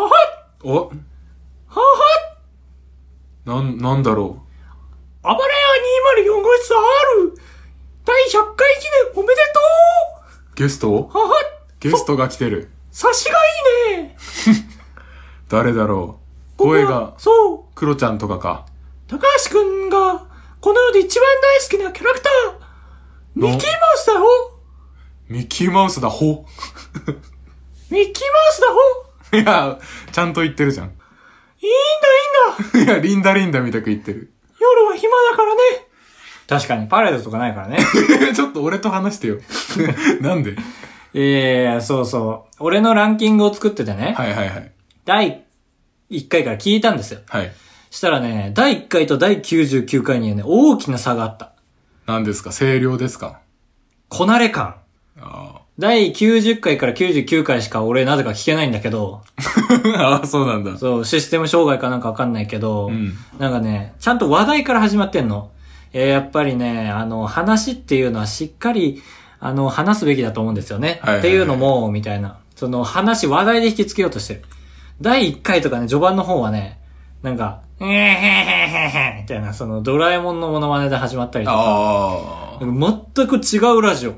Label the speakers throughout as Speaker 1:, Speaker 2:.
Speaker 1: おは
Speaker 2: はは
Speaker 1: なん、なんだろ
Speaker 2: あばらや204号室 R! 第100回記念おめで
Speaker 1: う。ゲスト
Speaker 2: とうはは
Speaker 1: ゲストが来てる。
Speaker 2: 察しがいいね
Speaker 1: 誰だろう声
Speaker 2: 僕
Speaker 1: が
Speaker 2: は、そう
Speaker 1: クロちゃんとかか。
Speaker 2: 高橋くんが、この世で一番大好きなキャラクター、ミッキーマウスだよ
Speaker 1: ミッキーマウスだ、ほ。
Speaker 2: ミッキーマウスだよ
Speaker 1: いや、ちゃんと言ってるじゃん。
Speaker 2: いいんだいいんだ
Speaker 1: いや、リンダリンダみたく言ってる。
Speaker 2: 夜は暇だからね確かに、パレードとかないから ね。
Speaker 1: ちょっと俺と話してよ。 なんで
Speaker 2: ええ、そうそう。俺のランキングを作っててね、
Speaker 1: はいはいはい。
Speaker 2: 第1回から聞いたんですよ。
Speaker 1: はい。
Speaker 2: したらね、第1回と第99回にはね、大きな差があった。
Speaker 1: 何ですか声量ですか
Speaker 2: こなれ感。
Speaker 1: あ
Speaker 2: 第90回から99回しか俺なぜか聞けないんだけど、
Speaker 1: ー あー、そうなんだ。
Speaker 2: そう、システム障害かなんかわかんないけど、
Speaker 1: うん
Speaker 2: なんかね、ちゃんと話題から始まってんの。えーやっぱりね、あの、話っていうのはしっかり、あの、話すべきだと思うんですよね。
Speaker 1: はいはいはい
Speaker 2: っていうのも、みたいな。その、話、話題で引きつけようとしてる。第1回とかね、序盤の方はね、なんか、えーへーへーへーへーみたいな、その、ドラえもんのモノマネで始まったりとか、
Speaker 1: あー。
Speaker 2: なんか全く違うラジオ。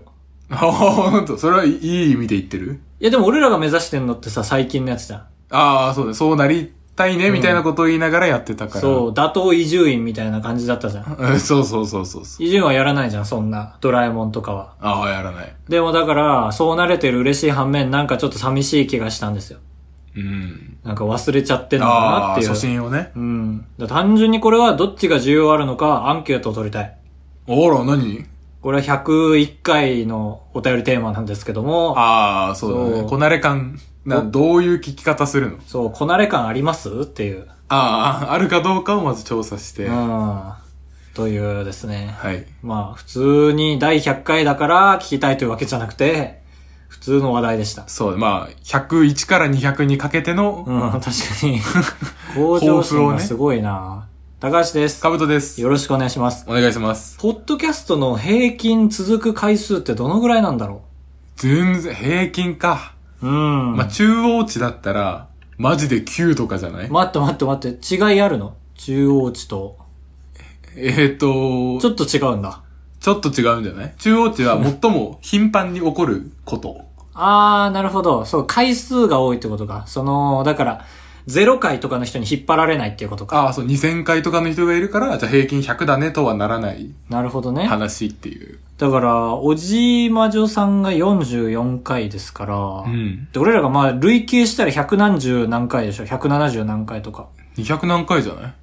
Speaker 1: あー、ほんと。それはいい意味で言ってる
Speaker 2: いやでも俺らが目指してんのってさ、最近のやつじゃん。
Speaker 1: ああ、そうだ。そうなりたいね、みたいなことを言いながらやってたから。
Speaker 2: そう、打倒伊集院みたいな感じだったじゃん。
Speaker 1: うん そうそうそうそうそう。
Speaker 2: 伊集院はやらないじゃん、そんな。ドラえもんとかは。
Speaker 1: ああ、やらない。
Speaker 2: でもだから、そう慣れてる嬉しい反面、なんかちょっと寂しい気がしたんですよ。
Speaker 1: うん。
Speaker 2: なんか忘れちゃってんのかな
Speaker 1: あ
Speaker 2: っ
Speaker 1: あ、
Speaker 2: ていう。
Speaker 1: 初心をね。
Speaker 2: うん。だから単純にこれはどっちが重要あるのか、アンケートを取りたい。
Speaker 1: あら、何
Speaker 2: これは101回のお便りテーマなんですけども、
Speaker 1: ああ、そうだ
Speaker 2: そ
Speaker 1: ね。
Speaker 2: う
Speaker 1: こなれ感。な、どういう聞き方するの
Speaker 2: そう、こなれ感ありますっていう。
Speaker 1: ああ、あるかどうかをまず調査して。
Speaker 2: う
Speaker 1: は
Speaker 2: ん。というですね。
Speaker 1: い。
Speaker 2: まあ、普通に第100回だから聞きたいというわけじゃなくて、普通の話題でした。
Speaker 1: そう、まあ、101から200にかけて
Speaker 2: う
Speaker 1: の、
Speaker 2: ん、確かに。 向上心がすごいな、高橋です。
Speaker 1: かぶとです。
Speaker 2: よろしくお願いします。
Speaker 1: お願いします。
Speaker 2: ポッドキャストの平均続く回数ってどのぐらいなんだろ
Speaker 1: 全然、平均か。
Speaker 2: ううん。
Speaker 1: まあ、中央値だったら、マジで9とかじゃない
Speaker 2: 待って待って待って、違いあるの中央値と。
Speaker 1: えっと、
Speaker 2: ちょっと違うんだ。
Speaker 1: ちょっと違うんじゃない中央値は最も頻繁に起こること。
Speaker 2: あー、なるほど。そう、回数が多いってことか。その、だから、0回とかの人に引っ張られないっていうことか。
Speaker 1: ああ、そう、2000回とかの人がいるから、じゃあ平均100だねとはならない
Speaker 2: なるほどね。
Speaker 1: 話っていう。
Speaker 2: だから、おじいまじょさんが44回ですから、
Speaker 1: うん。
Speaker 2: で、俺らがまあ、累計したら百何十何回でしょ ?170 何回とか。
Speaker 1: 200何回じゃない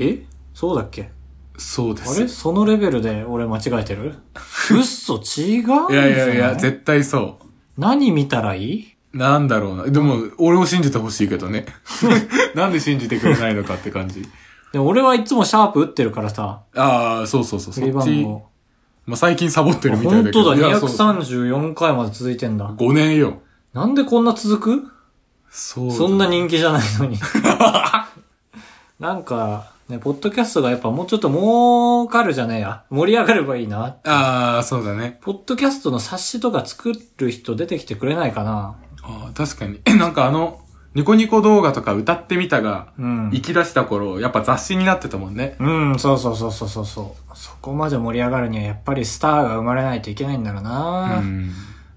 Speaker 2: えそうだっけ
Speaker 1: そうで
Speaker 2: あ
Speaker 1: す。
Speaker 2: れそのレベルで俺間違えてる うっそ、違うん
Speaker 1: い
Speaker 2: じゃ
Speaker 1: や
Speaker 2: ない
Speaker 1: やいや、絶対そ。
Speaker 2: 何見たらいいう
Speaker 1: なんだろうな。でも、俺を信じてほしいけ どね。なんで信じてくれないのかって感じ。
Speaker 2: でも俺はいつもシャープ打ってるからさ、
Speaker 1: ああ、そうそうそう、
Speaker 2: 振
Speaker 1: そ
Speaker 2: り
Speaker 1: っ
Speaker 2: 番
Speaker 1: ち。
Speaker 2: 号。
Speaker 1: まあ、最近サボってるみたいだ
Speaker 2: 本
Speaker 1: けど。
Speaker 2: 当だ、
Speaker 1: いやそう
Speaker 2: 234回まで続いてんだ。
Speaker 1: 5年よ。
Speaker 2: なんでこんな続く
Speaker 1: そう。
Speaker 2: そんな。人気じゃないのに。 なんか、ね、ポッドキャストがやっぱもうちょっと儲かるじゃねえや。盛り上がればいいな。
Speaker 1: ああ、そうだね。
Speaker 2: ポッドキャストの冊子とか作る人出てきてくれないかな。
Speaker 1: ああ、確かに。なんかあの、ニコニコ動画とか歌ってみたが、
Speaker 2: うん。
Speaker 1: 行き出した頃、やっぱ雑誌になってたもんね。
Speaker 2: うん、そうそうそうそうそうそう。そこまで盛り上がるにはやっぱりスターが生まれないといけないんだろうな、
Speaker 1: うん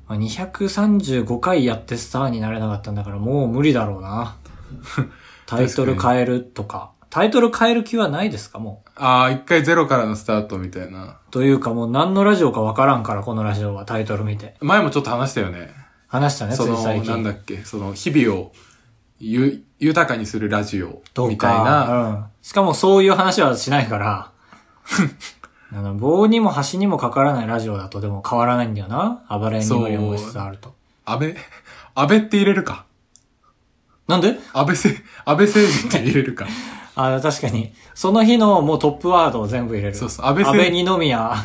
Speaker 2: まあ、235回やってスターになれなかったんだからもう無理だろう な。タイトル変えるとか。タイトル変える気はないですかも
Speaker 1: ああ、一回ゼロからのスタートみたいな。
Speaker 2: う。というかもう何のラジオかわからんから、このラジオはタイトル見て。
Speaker 1: 前もちょっと話したよね。
Speaker 2: 話したね、つ
Speaker 1: そ
Speaker 2: い
Speaker 1: の、
Speaker 2: 最近。
Speaker 1: なんだっけ、その、日々をゆ、豊かにするラジオ
Speaker 2: と、か
Speaker 1: みたいな。
Speaker 2: うん。しかもそういう話はしないから。 あの棒にも橋にもかからないラジオだとでも変わらないんだよな。暴れにも4室あると。
Speaker 1: 安倍、 安倍って入れるか。
Speaker 2: なんで
Speaker 1: 安倍せ、安倍政治って入れ るか。
Speaker 2: あ確かに。その日のもうトップワードを全部入れる。
Speaker 1: そうそう安倍
Speaker 2: 安
Speaker 1: 政
Speaker 2: 倍二 宮。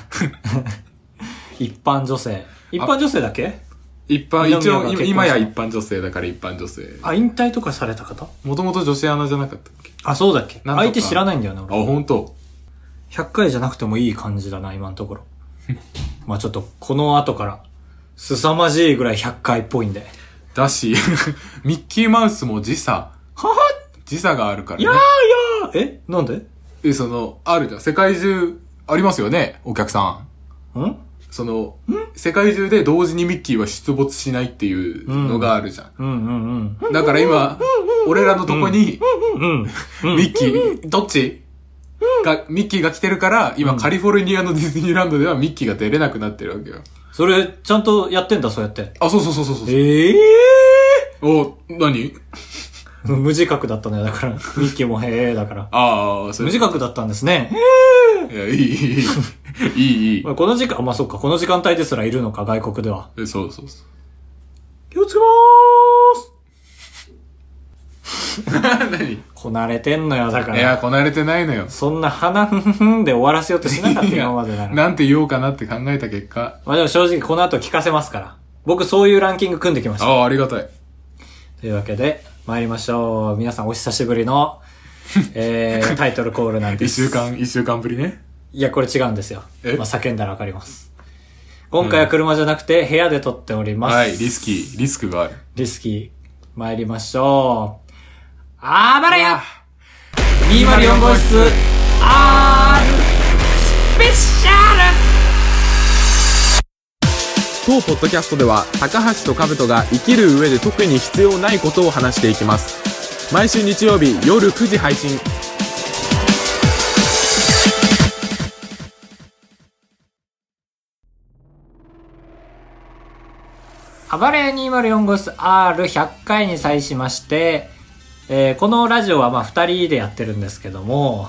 Speaker 2: 一般女性。一般女性だっけ
Speaker 1: 一般、
Speaker 2: 二宮
Speaker 1: 一応、
Speaker 2: が結
Speaker 1: 今
Speaker 2: 婚した
Speaker 1: 今や一般女性だから一般女性。
Speaker 2: あ、引退とかされた方
Speaker 1: もともと女性アナじゃなかったっけ
Speaker 2: あ、そうだっけ
Speaker 1: なんとか
Speaker 2: 相手知らないんだよね、
Speaker 1: あ、
Speaker 2: 俺。
Speaker 1: ほんと。
Speaker 2: 100回じゃなくてもいい感じだな、今のところ。 まあちょっと、この後から、凄まじいぐらい100回っぽいんで。
Speaker 1: だし、ミッキーマウスも時差、
Speaker 2: はは
Speaker 1: 時差があるから
Speaker 2: いや
Speaker 1: ね。
Speaker 2: ーいやーえなんでん
Speaker 1: え、その、あるじゃん。世界中、ありますよね、お客さん。その、世界中で同時にミッキーは出没しないっていうのがあるじゃん。
Speaker 2: うんうんうん。
Speaker 1: だから今、俺らのとこに、
Speaker 2: うん。うん。
Speaker 1: ミッキー、どっちが、ミッキーが来てるから、今カリフォルニアのデ ィズニーランドではミッキーが出れなくなってるわけよ。
Speaker 2: それ、ちゃんとやってんだ、そうやって。
Speaker 1: あ、そうそうそうそうそう。
Speaker 2: ええ
Speaker 1: お、何
Speaker 2: ー、無自覚だったね、だから。ミッキーもへえだから。
Speaker 1: ああ、そ
Speaker 2: 無
Speaker 1: れ。
Speaker 2: 自覚だったんですね。
Speaker 1: いや、いい、いい、いい。いい、いい
Speaker 2: まあこの時間、まあそっか、この時間帯ですらいるのか、外国では。
Speaker 1: え。そうそう そ
Speaker 2: 気をつけまーす
Speaker 1: う。何い
Speaker 2: こなれてんのよ、だから。
Speaker 1: や、こなれてないのよ。
Speaker 2: そんな鼻ふんふんで終わらせようとしなかった
Speaker 1: いや
Speaker 2: 今までなら。
Speaker 1: なんて言おうかなって考えた結果。
Speaker 2: まあでも正直この後聞かせますから。僕そういうランキング組んできました。
Speaker 1: ああ、ありがたい。
Speaker 2: というわけで、参りましょう。皆さんお久しぶり の、えー、タイトルコールなんで
Speaker 1: 一
Speaker 2: す。
Speaker 1: 週。間、一週間ぶりね。
Speaker 2: いや、これ違うんですよ。
Speaker 1: え
Speaker 2: まあ叫んだらわかります。今回は車じゃなくて部屋で撮っております。
Speaker 1: はい、リスキー、リスクがある。
Speaker 2: リスキー。参りましょう。あばらや !204 号室 R スペシャル
Speaker 3: 当ポッドキャストでは高橋と兜が生きる上で特に必要ないことを話していきます毎週日曜日夜9時配信
Speaker 2: 暴れ204号室 R100 回に際しまして、えーこのラジオはまあ2人でやってるんですけども、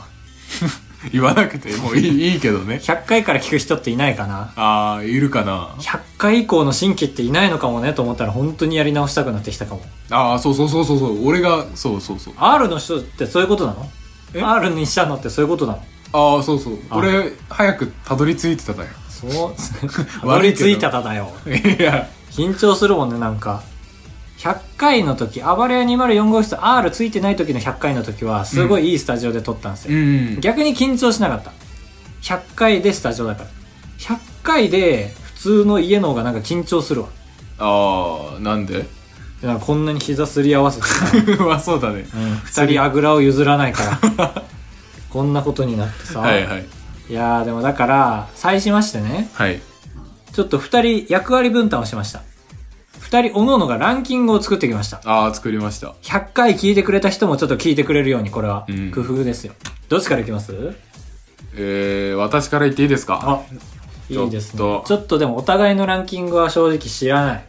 Speaker 1: 言わなくてもういい、いいけどね。
Speaker 2: 100回から聞く人っていないかな
Speaker 1: ああ、いるかな。
Speaker 2: ?100 回以降の新規っていないのかもねと思ったら本当にやり直したくなってきたかも。
Speaker 1: ああ、そうそうそうそうそう。俺が、そうそうそう。
Speaker 2: R の人ってそういうことなの
Speaker 1: え
Speaker 2: ?R にしたのってそういうことなの
Speaker 1: ああ、そうそう。
Speaker 2: あ
Speaker 1: 俺、早くたどり着いてただよ。
Speaker 2: そう、 たど
Speaker 1: 悪い
Speaker 2: り
Speaker 1: けど
Speaker 2: 着いただだよ。
Speaker 1: いや、
Speaker 2: 緊張するもんね、なんか。100回の時、暴れ屋204号室 R ついてない時の100回の時は、すごいいいスタジオで撮ったんですよ。
Speaker 1: うん。
Speaker 2: 逆に緊張しなかった100回でスタジオだから100回で普通の家の方がなんか緊張するわ
Speaker 1: ああ、なんで
Speaker 2: でなんかこんなに膝すり合わせてさ、
Speaker 1: まあ、そうだね。
Speaker 2: うん、2人あぐらを譲らないから こんなことになってさ、
Speaker 1: はいはい。
Speaker 2: いやーでもだから際しましてね
Speaker 1: はい。
Speaker 2: ちょっと2人役割分担をしました2人おののがランキングを作ってきました
Speaker 1: ああ、作りました。
Speaker 2: 100回聞いてくれた人もちょっと聞いてくれるようにこれは
Speaker 1: うん
Speaker 2: 工夫ですよ、どっちからいきます
Speaker 1: えー、私から言っていいですか
Speaker 2: あいいですね
Speaker 1: ちょっと
Speaker 2: ちょっとでもお互いのランキングは正直知らない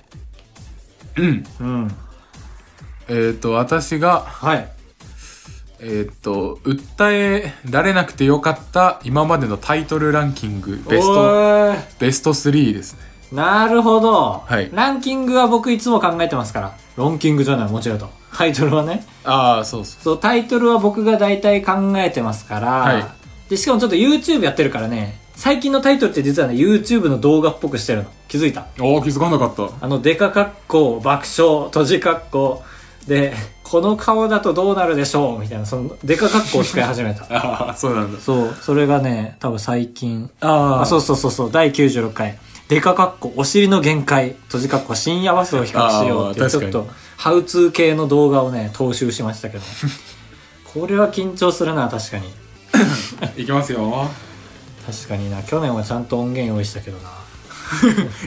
Speaker 1: うん。
Speaker 2: うん。
Speaker 1: えっ、ー、と、私が、
Speaker 2: はい。
Speaker 1: えっ、ー、と、訴えられなくてよかった今までのタイトルランキング、ベスト、
Speaker 2: おー
Speaker 1: ベスト3ですね。
Speaker 2: なるほど。
Speaker 1: はい
Speaker 2: ランキングは僕いつも考えてますから。ランキングじゃない、もちろんと。タイトルはね。
Speaker 1: ああ、そうそう。
Speaker 2: そう、タイトルは僕が大体考えてますから。
Speaker 1: はい
Speaker 2: で、しかもちょっと YouTube やってるからね。最近のタイトルって実はね、YouTube の動画っぽくしてるの。気づいた。
Speaker 1: ああ、気づかなかった。。
Speaker 2: あの、デカ格好、爆笑、閉じ格好。で、この顔だとどうなるでしょうみたいな、その、デカ格好を使い始めた
Speaker 1: ああ、そうなんだ。
Speaker 2: そう、それがね、多分最近
Speaker 1: あ
Speaker 2: あ、
Speaker 1: あ、
Speaker 2: そうそうそうそう、第96回。デカカッコ、お尻の限界、閉じカッコ、深夜バスを比較しようってい
Speaker 1: あ
Speaker 2: う、
Speaker 1: ー
Speaker 2: ち
Speaker 1: 確
Speaker 2: ょ
Speaker 1: か
Speaker 2: っ
Speaker 1: に
Speaker 2: と、ハウツー系の動画をね、踏襲しましたけど。 これは緊張するな、確かに。
Speaker 1: いきますよ。
Speaker 2: 確かにな、去年はちゃんと音源用意したけどな。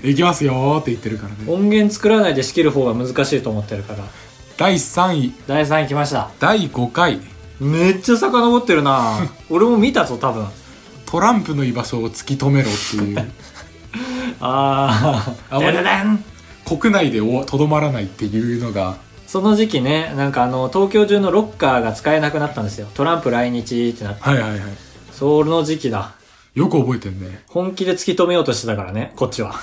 Speaker 1: いきますよーって言ってるからね。
Speaker 2: 音源作らないで仕切る方が難しいと思ってるから。
Speaker 1: 第3位、
Speaker 2: 第3位来ました。
Speaker 1: 第5回、
Speaker 2: めっちゃ遡ってるな 俺も見たぞ、多分。
Speaker 1: トランプの居場所を突き止めろって いう、
Speaker 2: あー、
Speaker 1: あ
Speaker 2: でででん
Speaker 1: 国内でおとどまらないっていうのが、
Speaker 2: その時期ね、なんかあの、東京中のロッカーが使えなくなったんですよ。トランプ来日ってなって。
Speaker 1: はいはいはい。
Speaker 2: その時期だ。
Speaker 1: よく覚えてん ね。
Speaker 2: 本気で突き止めようとしてたからね、こっちは。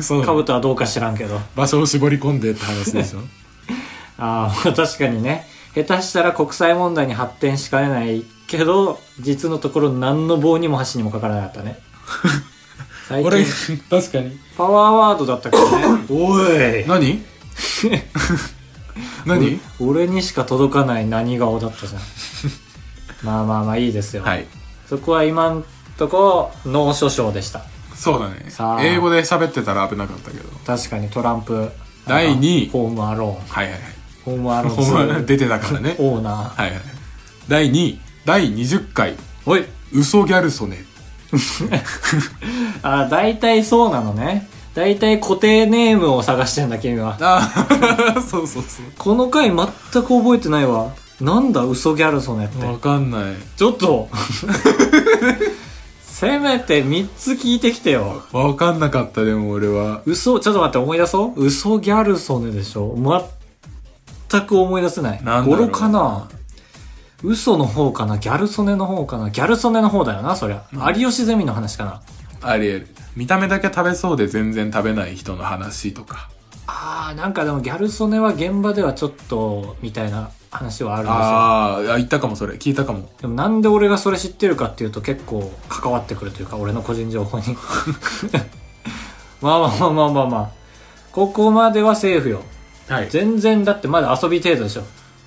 Speaker 1: そうだ
Speaker 2: カブトはどうか知らんけど。
Speaker 1: 場所を絞り込んでって話でし ょ。
Speaker 2: ああ、確かにね。下手したら国際問題に発展しかねないけど、実のところ何の棒にも箸にもかからなかったね。最
Speaker 1: 俺、
Speaker 2: 近、
Speaker 1: 確かに。
Speaker 2: パワーワードだったからね。おい
Speaker 1: 何何
Speaker 2: 俺にしか届かない何顔だったじゃん。まあまあまあいいですよ。
Speaker 1: はい。
Speaker 2: そこは今んとこ、脳所掌でした。
Speaker 1: そうだ
Speaker 2: さあ
Speaker 1: ね。英語で喋ってたら危なかったけど。
Speaker 2: 確かにトランプ。
Speaker 1: 第二位
Speaker 2: ホームアローン。
Speaker 1: はいはい
Speaker 2: ホームアローン
Speaker 1: はい。
Speaker 2: 2。
Speaker 1: 出てたからね。
Speaker 2: オーナー。
Speaker 1: はいはい。第2位、第20回、
Speaker 2: おい。
Speaker 1: 嘘ギャルソネ。
Speaker 2: あ、大体そうなのね。大体固定ネームを探してんだ、君は。
Speaker 1: ああ、 そうそうそ
Speaker 2: この回全く覚えてないわ。なんだ、嘘ギャルソネって
Speaker 1: う。。わかんない。
Speaker 2: ちょっと せめて3つ聞いてきてよ。
Speaker 1: わかんなかった、でも俺は。
Speaker 2: 嘘、ちょっと待って、思い出そう嘘ギャルソネでしょ全く思い出せない。
Speaker 1: なん
Speaker 2: 語
Speaker 1: だろ
Speaker 2: 呂
Speaker 1: う
Speaker 2: かな嘘の方かなギャルソネの方かなギャルソネの方だよな、そりゃ。有吉ゼミの話かな。
Speaker 1: ありえる。見た目だけ食べそうで全然食べない人の話とか。
Speaker 2: あー、なんかでもギャルソネは現場ではちょっと、みたいな話はあるんですよ。
Speaker 1: あーあ、言ったかも、それ。聞いたかも。
Speaker 2: でもなんで俺がそれ知ってるかっていうと結構関わってくるというか俺の個人情 報にまあまあまあまあまあまあここまではセーフよ
Speaker 1: はい。
Speaker 2: 全然だってまだ遊び程度でしょ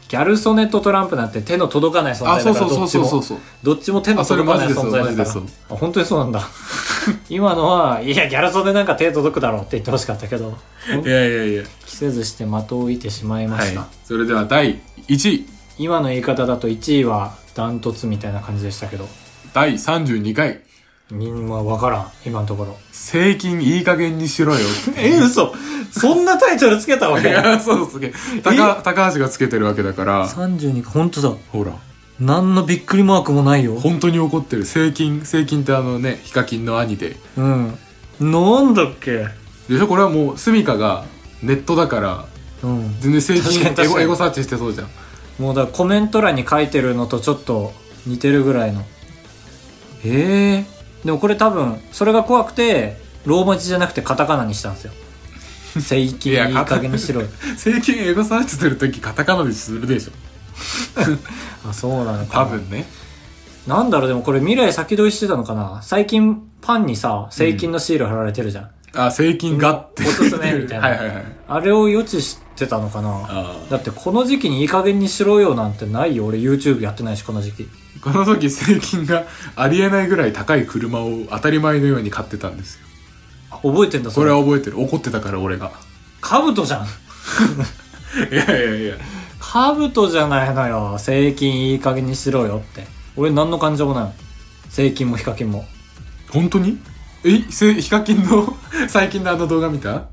Speaker 2: ギャルソネとトランプなんて手の届かない存
Speaker 1: あ、
Speaker 2: 在
Speaker 1: そ
Speaker 2: だ
Speaker 1: う
Speaker 2: から
Speaker 1: そ
Speaker 2: どっち
Speaker 1: うそうそうそう
Speaker 2: も
Speaker 1: そう。
Speaker 2: どっちも手の届かない存在
Speaker 1: あ
Speaker 2: だ
Speaker 1: そ
Speaker 2: か
Speaker 1: れ
Speaker 2: ら
Speaker 1: マジで
Speaker 2: あ本当にそうなんだ今のはいやギャルソネなんか手届くだろうって言ってほしかったけど
Speaker 1: いやいやいや。
Speaker 2: 着せずして的を置いてしまいま
Speaker 1: は
Speaker 2: し
Speaker 1: い
Speaker 2: た、。
Speaker 1: それでは第1位、
Speaker 2: 今の言い方だと1位はダントツみたいな感じでしたけど
Speaker 1: 第32回、
Speaker 2: みんなわからん、今のところ。
Speaker 1: 税金いい加減にしろよって。
Speaker 2: え、嘘そんなタイトルつけたわ
Speaker 1: いや、そうすげえ。高高橋がつけてるわけだから、
Speaker 2: ?32 か、ほんとだ。
Speaker 1: ほら、
Speaker 2: 何のびっくりマークもないよ。
Speaker 1: 本当に怒ってる。税金、税金ってあのね、ヒカキンの兄で。
Speaker 2: うん。なんだっけ
Speaker 1: でしょこれはもう、スミカがネットだから、
Speaker 2: うん。
Speaker 1: 全然税
Speaker 2: 確かに確か
Speaker 1: 金、
Speaker 2: に
Speaker 1: エゴ、エゴサーチしてそうじゃん。
Speaker 2: もうだからコメント欄に書いてるのとちょっと似てるぐらいの。へえ。でもこれ多分、それが怖くて、ローマ字じゃなくてカタカナにしたんです よ。聖域い
Speaker 1: い
Speaker 2: い
Speaker 1: やカタ
Speaker 2: 加減にしろよ。
Speaker 1: 税金エゴサーチするとき、カタカナでするでしょ。
Speaker 2: あ、そうなのかな。
Speaker 1: 多分ね。
Speaker 2: なんだろう、でもこれ未来先取りしてたのかな最近パンにさ、聖金のシール貼られてるじゃん。
Speaker 1: あ、税金がって。
Speaker 2: おすすめみたいな
Speaker 1: はいはいはい。
Speaker 2: あれを予知してたのかな
Speaker 1: あー
Speaker 2: だってこの時期にいい加減にしろよなんてないよ。俺 YouTube やってないし、この時期。
Speaker 1: この時税金がありえないぐらい高い車を当たり前のように買ってたんですよ
Speaker 2: あ覚えてんだ、
Speaker 1: そ
Speaker 2: そ
Speaker 1: れ
Speaker 2: れ。
Speaker 1: は覚えてる怒ってたから俺が
Speaker 2: カブトじゃん。
Speaker 1: いやいやいや
Speaker 2: カブトじゃないのよ。税金いい加減にしろよって。俺何の感情もないの。税金もヒカキンも。
Speaker 1: 本当にえせヒカキンの 最近のあの動画見た
Speaker 2: ん